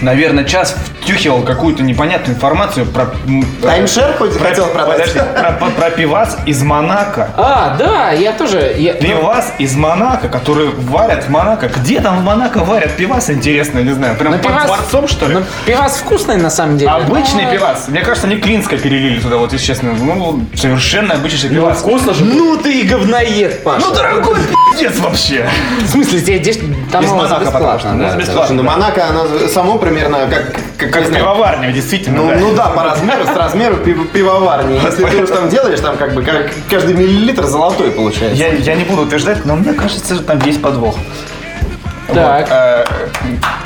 [SPEAKER 2] наверное, час втюхивал какую-то непонятную информацию про... м,
[SPEAKER 5] Таймшер хоть
[SPEAKER 2] про-
[SPEAKER 5] хотел продать?
[SPEAKER 2] Подожди, про, про- про пивас из Монако.
[SPEAKER 1] А, да, я тоже. я-
[SPEAKER 2] Пивас из Монако, который варят в Монако. Где там в Монако варят пивас, интересно, не знаю. Прям
[SPEAKER 1] Ну,
[SPEAKER 2] под
[SPEAKER 1] пивас-
[SPEAKER 2] дворцом, что ли?
[SPEAKER 1] Ну, пивас вкусный на самом
[SPEAKER 2] А
[SPEAKER 1] деле.
[SPEAKER 2] Обычный пивас. Мне кажется, они клинское перелили туда, вот если честно. Ну, совершенно обычный пивас.
[SPEAKER 15] Вкусно же.
[SPEAKER 1] Ну ты и говноед, Паша.
[SPEAKER 2] Ну, дорогой пиздец вообще.
[SPEAKER 1] в смысле, здесь, здесь там
[SPEAKER 2] Ну, Из
[SPEAKER 1] его
[SPEAKER 2] Монако,
[SPEAKER 1] бесплатно.
[SPEAKER 2] потому
[SPEAKER 1] да,
[SPEAKER 2] что.
[SPEAKER 1] да.
[SPEAKER 2] Бесплатно.
[SPEAKER 5] Ну, Монако, оно само примерно как... Как, не знаю,
[SPEAKER 2] Пивоварня, действительно,
[SPEAKER 5] Ну,
[SPEAKER 2] да.
[SPEAKER 5] ну да, по размеру, с размеру пив- пивоварни. Если ты уж там делаешь, там как бы как- каждый миллилитр золотой получается.
[SPEAKER 2] Я, я не буду утверждать, но мне кажется, что там есть подвох.
[SPEAKER 1] Так.
[SPEAKER 2] Э,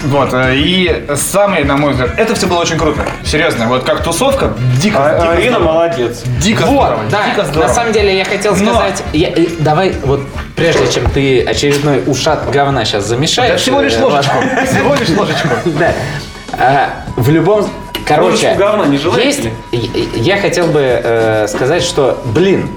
[SPEAKER 2] Вот, э, и самое, на мой взгляд, это все было очень круто. Серьезно, вот как тусовка, дико, дико
[SPEAKER 15] Арина
[SPEAKER 2] здорово.
[SPEAKER 15] молодец.
[SPEAKER 2] дико
[SPEAKER 1] Вот,
[SPEAKER 2] здорово,
[SPEAKER 1] да,
[SPEAKER 2] дико
[SPEAKER 1] на
[SPEAKER 2] здорово.
[SPEAKER 1] самом деле я хотел
[SPEAKER 2] Но-
[SPEAKER 1] сказать, я- э, давай вот прежде чем ты очередной ушат говна сейчас замешаешь.
[SPEAKER 2] Да всего лишь
[SPEAKER 1] э,
[SPEAKER 2] ложечку, всего лишь ложечку.
[SPEAKER 1] Да. А, в любом... Короче,
[SPEAKER 15] Ложечку говна не желаете
[SPEAKER 1] есть,
[SPEAKER 15] ли?
[SPEAKER 1] и- и- я хотел бы э, сказать, что, блин,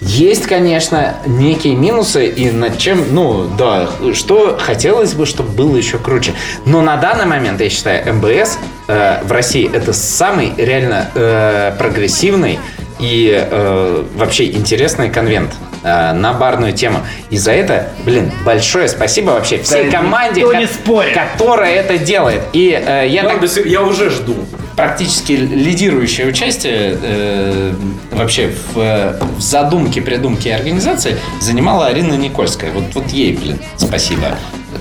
[SPEAKER 1] есть, конечно, некие минусы, и над чем, ну, да, что хотелось бы, чтобы было еще круче. Но на данный момент, я считаю, МБС э, в России это самый реально э, прогрессивный и э, вообще интересный конвент э, на барную тему. И за это, блин, большое спасибо вообще всей команде, ко- которая это делает. И э, я
[SPEAKER 15] Я
[SPEAKER 1] так
[SPEAKER 15] до сих- Я уже жду.
[SPEAKER 1] практически лидирующее участие э, вообще в, э, в задумке, придумке организации занимала Арина Никольская. Вот, вот ей, блин, спасибо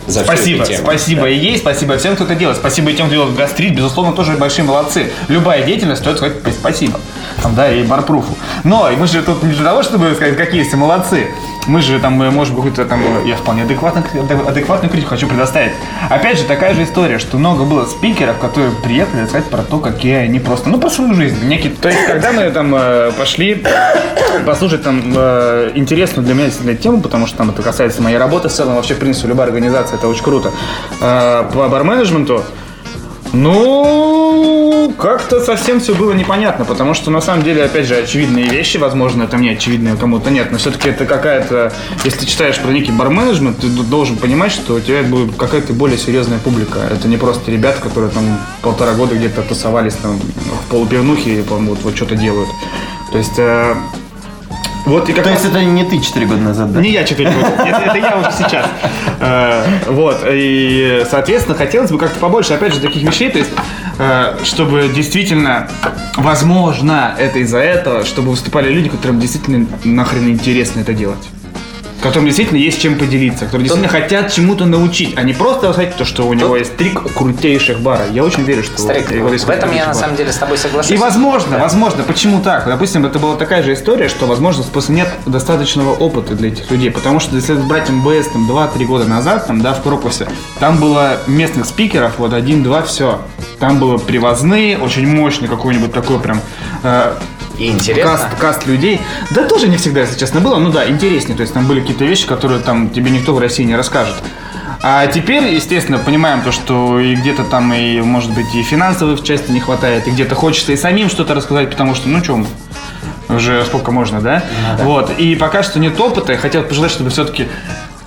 [SPEAKER 1] за всю эту
[SPEAKER 2] Спасибо,
[SPEAKER 1] тему.
[SPEAKER 2] спасибо и ей, спасибо всем, кто это делает. Спасибо и тем, кто делает гастрит, безусловно, тоже большие молодцы. Любая деятельность стоит сказать спасибо. Там, да, и барпруфу. Но мы же тут не для того, чтобы сказать, какие все молодцы. Мы же там, э, может быть, какой-то там, э, я вполне адекватный, адекватный критику хочу предоставить. Опять же, такая же история, что много было спикеров, которые приехали рассказать про то, какие они просто, ну, про свою жизнь. Некий, то есть, когда мы там э, пошли послушать там э, интересную для меня действительно тему, потому что там это касается моей работы в целом, вообще, в принципе, любая организация, это очень круто. Э, по барменеджменту, ну, как-то совсем все было непонятно, потому что на самом деле, опять же, очевидные вещи, возможно, это мне очевидные кому-то нет, но все-таки это какая-то, если ты читаешь про некий барменеджмент, ты д- должен понимать, что у тебя будет какая-то более серьезная публика. Это не просто ребята, которые там полтора года где-то тусовались там в полупивнухе и там вот, вот что-то делают. То есть, э, вот и как
[SPEAKER 5] То есть это не ты 4 года назад, да?
[SPEAKER 2] не я 4 года, это, это я уже сейчас. Э, Вот, и, соответственно, хотелось бы как-то побольше, опять же, таких вещей, то есть, э, чтобы действительно, возможно, это из-за этого, чтобы выступали люди, которым действительно нахрен интересно это делать. Которым действительно есть чем поделиться, которые действительно хотят чему-то научить, а не просто сказать то, что у него есть три крутейших бара. Я очень верю, что...
[SPEAKER 1] Старик,
[SPEAKER 2] вот я говорю,
[SPEAKER 1] в этом я на
[SPEAKER 2] крутейших бара.
[SPEAKER 1] самом деле с тобой соглашусь.
[SPEAKER 2] И возможно, возможно, почему так? Допустим, это была такая же история, что, возможно, просто нет достаточного опыта для этих людей. Потому что если брать МБС там 2-3 года назад, там, да, в корпусе, там было местных спикеров, вот один-два, все. Там было привозные, очень мощный какой-нибудь такой прям э,
[SPEAKER 1] И интересно.
[SPEAKER 2] каст, каст людей. Да тоже не всегда, если честно, было. Ну да, интереснее. То есть там были какие-то вещи, которые там тебе никто в России не расскажет. А теперь, естественно, понимаем то, что и где-то там и, может быть, и финансовых части не хватает, и где-то хочется и самим что-то рассказать, потому что, ну чем, уже сколько можно, да? Вот. И пока что нет опыта. Я хотел бы пожелать, чтобы все-таки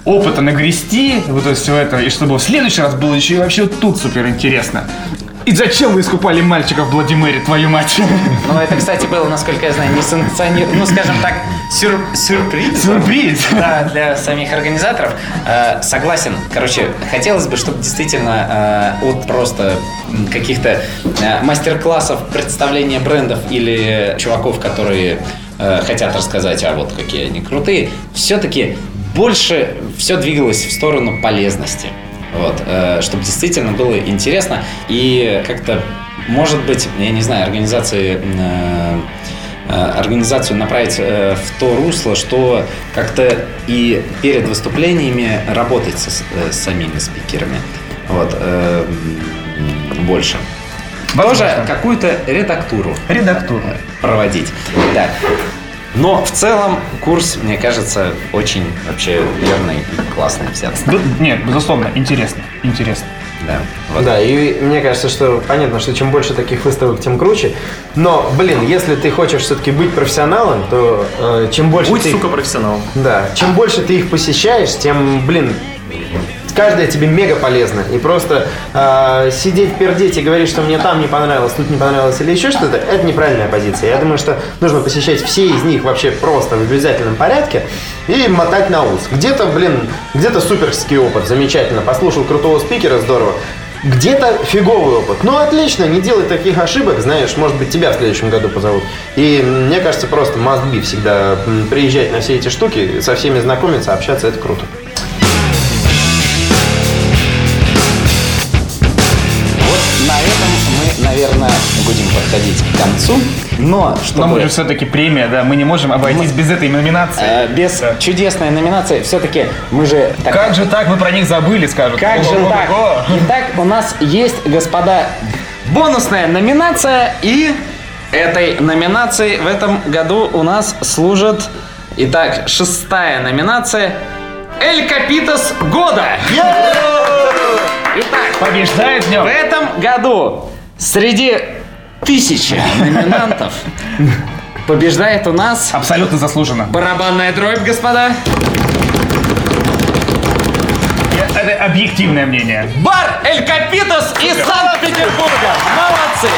[SPEAKER 2] опыта нагрести, вот это все это, и чтобы в следующий раз было еще и вообще вот тут супер интересно. И зачем вы искупали мальчика в Блади Мэри, твою мать?
[SPEAKER 1] Ну, это, кстати, было, насколько я знаю, не санкционировано, ну, скажем так, сюр- сюрприз.
[SPEAKER 2] Сюрприз!
[SPEAKER 1] Да, для самих организаторов. Э, согласен. Короче, хотелось бы, чтобы действительно э, от просто м, каких-то э, мастер-классов представления брендов или чуваков, которые э, хотят рассказать, а вот какие они крутые, все-таки больше все двигалось в сторону полезности. Вот, чтобы действительно было интересно и как-то, может быть, я не знаю, организации э, э, организацию направить э, в то русло, что как-то и перед выступлениями работать со с- э, с самими спикерами. Вот, э, м, больше. Тоже какую-то редактуру э,
[SPEAKER 3] Редактура.
[SPEAKER 1] проводить. Да. Но в целом курс, мне кажется, очень вообще верный и классный взят.
[SPEAKER 3] Б- Ну, Нет, безусловно, интересно. Интересно.
[SPEAKER 1] Да. Вот.
[SPEAKER 5] Да, и мне кажется, что понятно, что чем больше таких выставок, тем круче. Но, блин, если ты хочешь все-таки быть профессионалом, то э, чем больше
[SPEAKER 4] Будь,
[SPEAKER 5] ты...
[SPEAKER 4] сука, профессионалом.
[SPEAKER 5] Да, чем больше ты их посещаешь, тем, блин, каждая тебе мега полезна. И просто э, сидеть, пердеть и говорить, что мне там не понравилось, тут не понравилось или еще что-то, это неправильная позиция. Я думаю, что нужно посещать все из них вообще просто в обязательном порядке и мотать на ус. Где-то, блин, где-то суперский опыт, замечательно, послушал крутого спикера, здорово. Где-то фиговый опыт. Ну, отлично, не делай таких ошибок, знаешь, может быть, тебя в следующем году позовут. И м, мне кажется, просто must be всегда м, приезжать на все эти штуки, со всеми знакомиться, общаться, это круто.
[SPEAKER 1] Вот на этом мы, наверное, будем подходить к концу. Но чтобы...
[SPEAKER 3] Но мы же все-таки премия, да, мы не можем обойтись без этой номинации.
[SPEAKER 1] э, без чудесной номинации все-таки мы же... так-
[SPEAKER 3] Как же так, мы про них забыли, скажут.
[SPEAKER 1] Как же так?
[SPEAKER 3] Ого-го-го.
[SPEAKER 1] Итак, у нас есть, господа, бонусная номинация. И этой номинацией в этом году у нас служит... Итак, шестая номинация. Эль Капитас года. Итак,
[SPEAKER 3] Побеждает в нем.
[SPEAKER 1] В этом году среди тысячи номинантов побеждает у нас
[SPEAKER 3] Абсолютно заслуженно.
[SPEAKER 1] барабанная дробь, господа.
[SPEAKER 3] Я- Это объективное мнение.
[SPEAKER 1] Бар Эль Капитас из Санкт-Петербурга. Молодцы.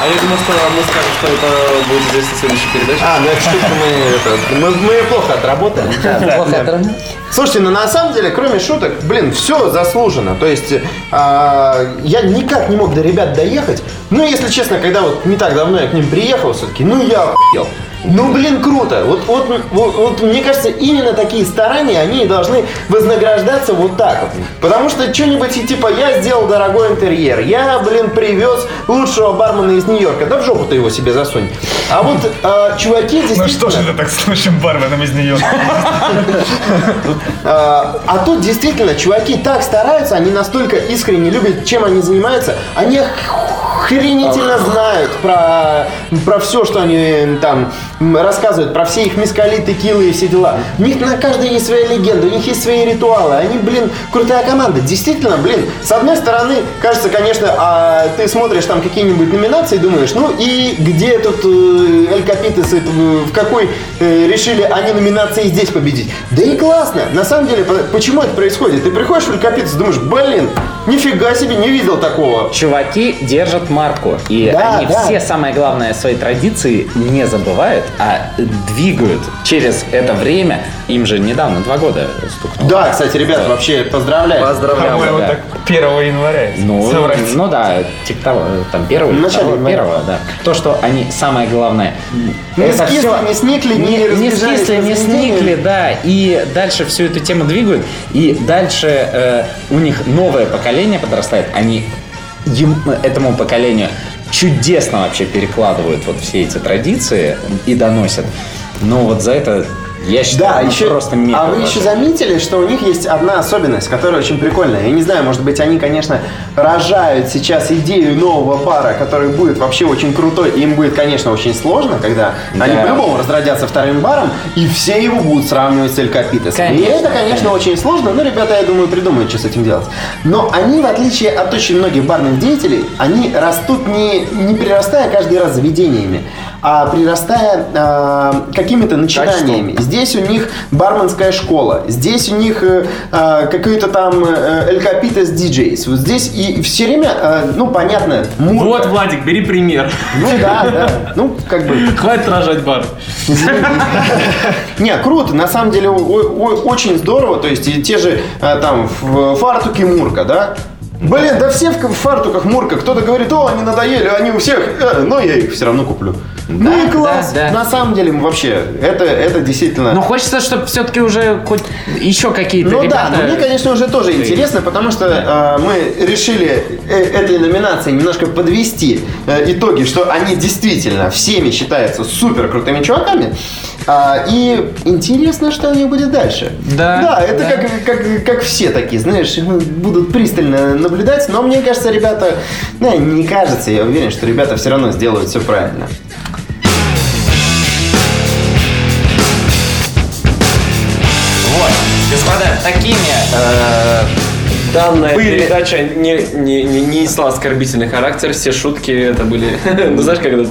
[SPEAKER 4] А я думаю, что мы скажем, что это будет известно в следующей передаче.
[SPEAKER 5] А, ну это штука мы, это, мы, мы плохо отработали. Слушайте, ну на самом деле, кроме шуток, блин, все заслужено. То есть а, я никак не мог до ребят доехать. Ну, если честно, когда вот не так давно я к ним приехал все-таки, ну я охуел. Ну, блин, круто. Вот, вот, вот, вот, мне кажется, именно такие старания, они и должны вознаграждаться вот так вот. Потому что что-нибудь и типа, я сделал дорогой интерьер, я, блин, привез лучшего бармена из Нью-Йорка. Да в жопу ты его себе засунь. А вот а, чуваки здесь...
[SPEAKER 3] Ну что же это так слышим барменом из нее?
[SPEAKER 5] А а тут действительно чуваки так стараются, они настолько искренне любят, чем они занимаются, они охренительно знают про, про все, что они м, там м, рассказывают, про все их мискали, текилы и все дела. У них на каждой есть своя легенда, у них есть свои ритуалы, они, блин, крутая команда. Действительно, блин, с одной стороны, кажется, конечно, а ты смотришь там какие-нибудь номинации и думаешь, ну и где тут э, Эль Капитес, и, э, в какой э, решили они номинации здесь победить. Да и классно. На самом деле, по- почему это происходит? Ты приходишь в Эль Капитес и думаешь, блин, нифига себе, не видел такого.
[SPEAKER 2] Чуваки держат марку. И
[SPEAKER 5] Да,
[SPEAKER 2] они
[SPEAKER 5] да.
[SPEAKER 2] все, самое главное, свои традиции не забывают, а двигают через это время. Им же недавно, два года стукнуло.
[SPEAKER 5] Да, кстати, ребят, вообще поздравляю.
[SPEAKER 4] Поздравляю.
[SPEAKER 3] По-моему, так 1 января.
[SPEAKER 2] Ну,
[SPEAKER 3] Соврать.
[SPEAKER 2] ну да, типа того, там первого, или
[SPEAKER 5] Вначале
[SPEAKER 2] второго,
[SPEAKER 5] января.
[SPEAKER 2] первого, да. То, что они самое главное.
[SPEAKER 5] Не
[SPEAKER 2] это
[SPEAKER 5] скисли,
[SPEAKER 2] всё-
[SPEAKER 5] Ну, не сникли, не
[SPEAKER 2] не, не
[SPEAKER 5] разбежались
[SPEAKER 2] скисли,
[SPEAKER 5] по
[SPEAKER 2] не
[SPEAKER 5] заведениям.
[SPEAKER 2] сникли, да. И дальше всю эту тему двигают. И дальше э, у них новое поколение подрастает. Они им- этому поколению чудесно вообще перекладывают вот все эти традиции и доносят. Ну вот за это я считаю,
[SPEAKER 5] Да,
[SPEAKER 2] ну,
[SPEAKER 5] еще.
[SPEAKER 2] просто
[SPEAKER 5] а
[SPEAKER 2] мега
[SPEAKER 5] вы
[SPEAKER 2] важно.
[SPEAKER 5] еще заметили, что у них есть одна особенность, которая очень прикольная. Я не знаю, может быть, они, конечно, рожают сейчас идею нового бара, который будет вообще очень крутой. и Им будет, конечно, очень сложно, когда они по-любому разродятся вторым баром, и все его будут сравнивать с Эль Капитесом. И
[SPEAKER 2] Конечно,
[SPEAKER 5] это, конечно,
[SPEAKER 2] конечно.
[SPEAKER 5] очень сложно, но ребята, я думаю, придумают, что с этим делать. Но они, в отличие от очень многих барных деятелей, они растут не, не прирастая каждый раз заведениями, а прирастая а, какими-то начинаниями. Здесь у них барменская школа, здесь у них э, а, какой-то там э, Эль Капитес диджейс. Вот здесь и все время, э, ну, понятно, мур-
[SPEAKER 4] Вот, Владик, бери пример.
[SPEAKER 5] Ну да, да. Ну, как бы.
[SPEAKER 4] Хватит рожать бар.
[SPEAKER 5] Не, круто, на самом деле о- о- о- очень здорово, то есть и те же э, там ф- фартуки Мурка, да? Блин, да все в в фартуках Мурка. Кто-то говорит, о, они надоели, они у всех. Э, Но я их все равно куплю.
[SPEAKER 17] Да,
[SPEAKER 5] ну и класс.
[SPEAKER 17] да, Ну, да.
[SPEAKER 5] На самом деле, вообще, это, это действительно...
[SPEAKER 1] Но Ну, хочется, чтобы все-таки уже хоть еще какие-то
[SPEAKER 5] Ну да,
[SPEAKER 1] ребята...
[SPEAKER 5] но мне, конечно, уже тоже интересно, потому что э, мы решили э, этой номинации немножко подвести э, итоги, что они действительно всеми считаются супер крутыми чуваками. А, и интересно, что у них будет дальше.
[SPEAKER 1] Да,
[SPEAKER 5] Да, это
[SPEAKER 1] да.
[SPEAKER 5] Как, как, как все такие, знаешь, ну, будут пристально наблюдать, но мне кажется, ребята, да, не кажется, я уверен, что ребята все равно сделают все правильно.
[SPEAKER 1] Вот, господа, такими... э,
[SPEAKER 4] Данная передача не, не, не, не несла оскорбительный характер, все шутки это были... Ну знаешь, как это...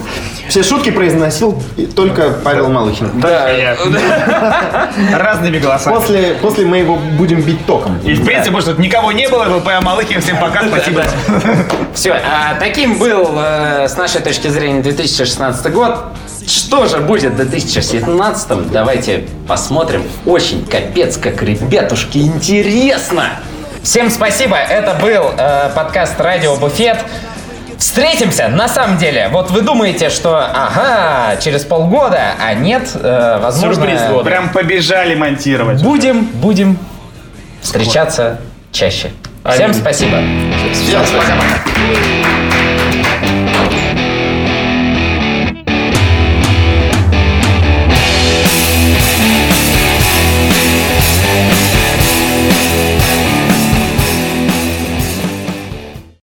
[SPEAKER 5] Все шутки произносил только Павел Малыхин.
[SPEAKER 4] Да,
[SPEAKER 3] Разными голосами.
[SPEAKER 5] После, после мы его будем бить током.
[SPEAKER 3] И в принципе, потому что никого не было, ВП Малыхин, всем пока, спасибо.
[SPEAKER 1] Все, а таким был, э, с нашей точки зрения, 2016 год. Что же будет в 2017? Давайте посмотрим. Очень капец, как ребятушки, интересно! Всем спасибо, это был э, подкаст «Радио Буфет». Встретимся, на самом деле. Вот вы думаете, что, ага, через полгода, а нет, э, возможно...
[SPEAKER 3] Прям побежали монтировать.
[SPEAKER 1] Будем, будем встречаться чаще. Всем спасибо.
[SPEAKER 5] Всем спасибо.
[SPEAKER 1] Пока.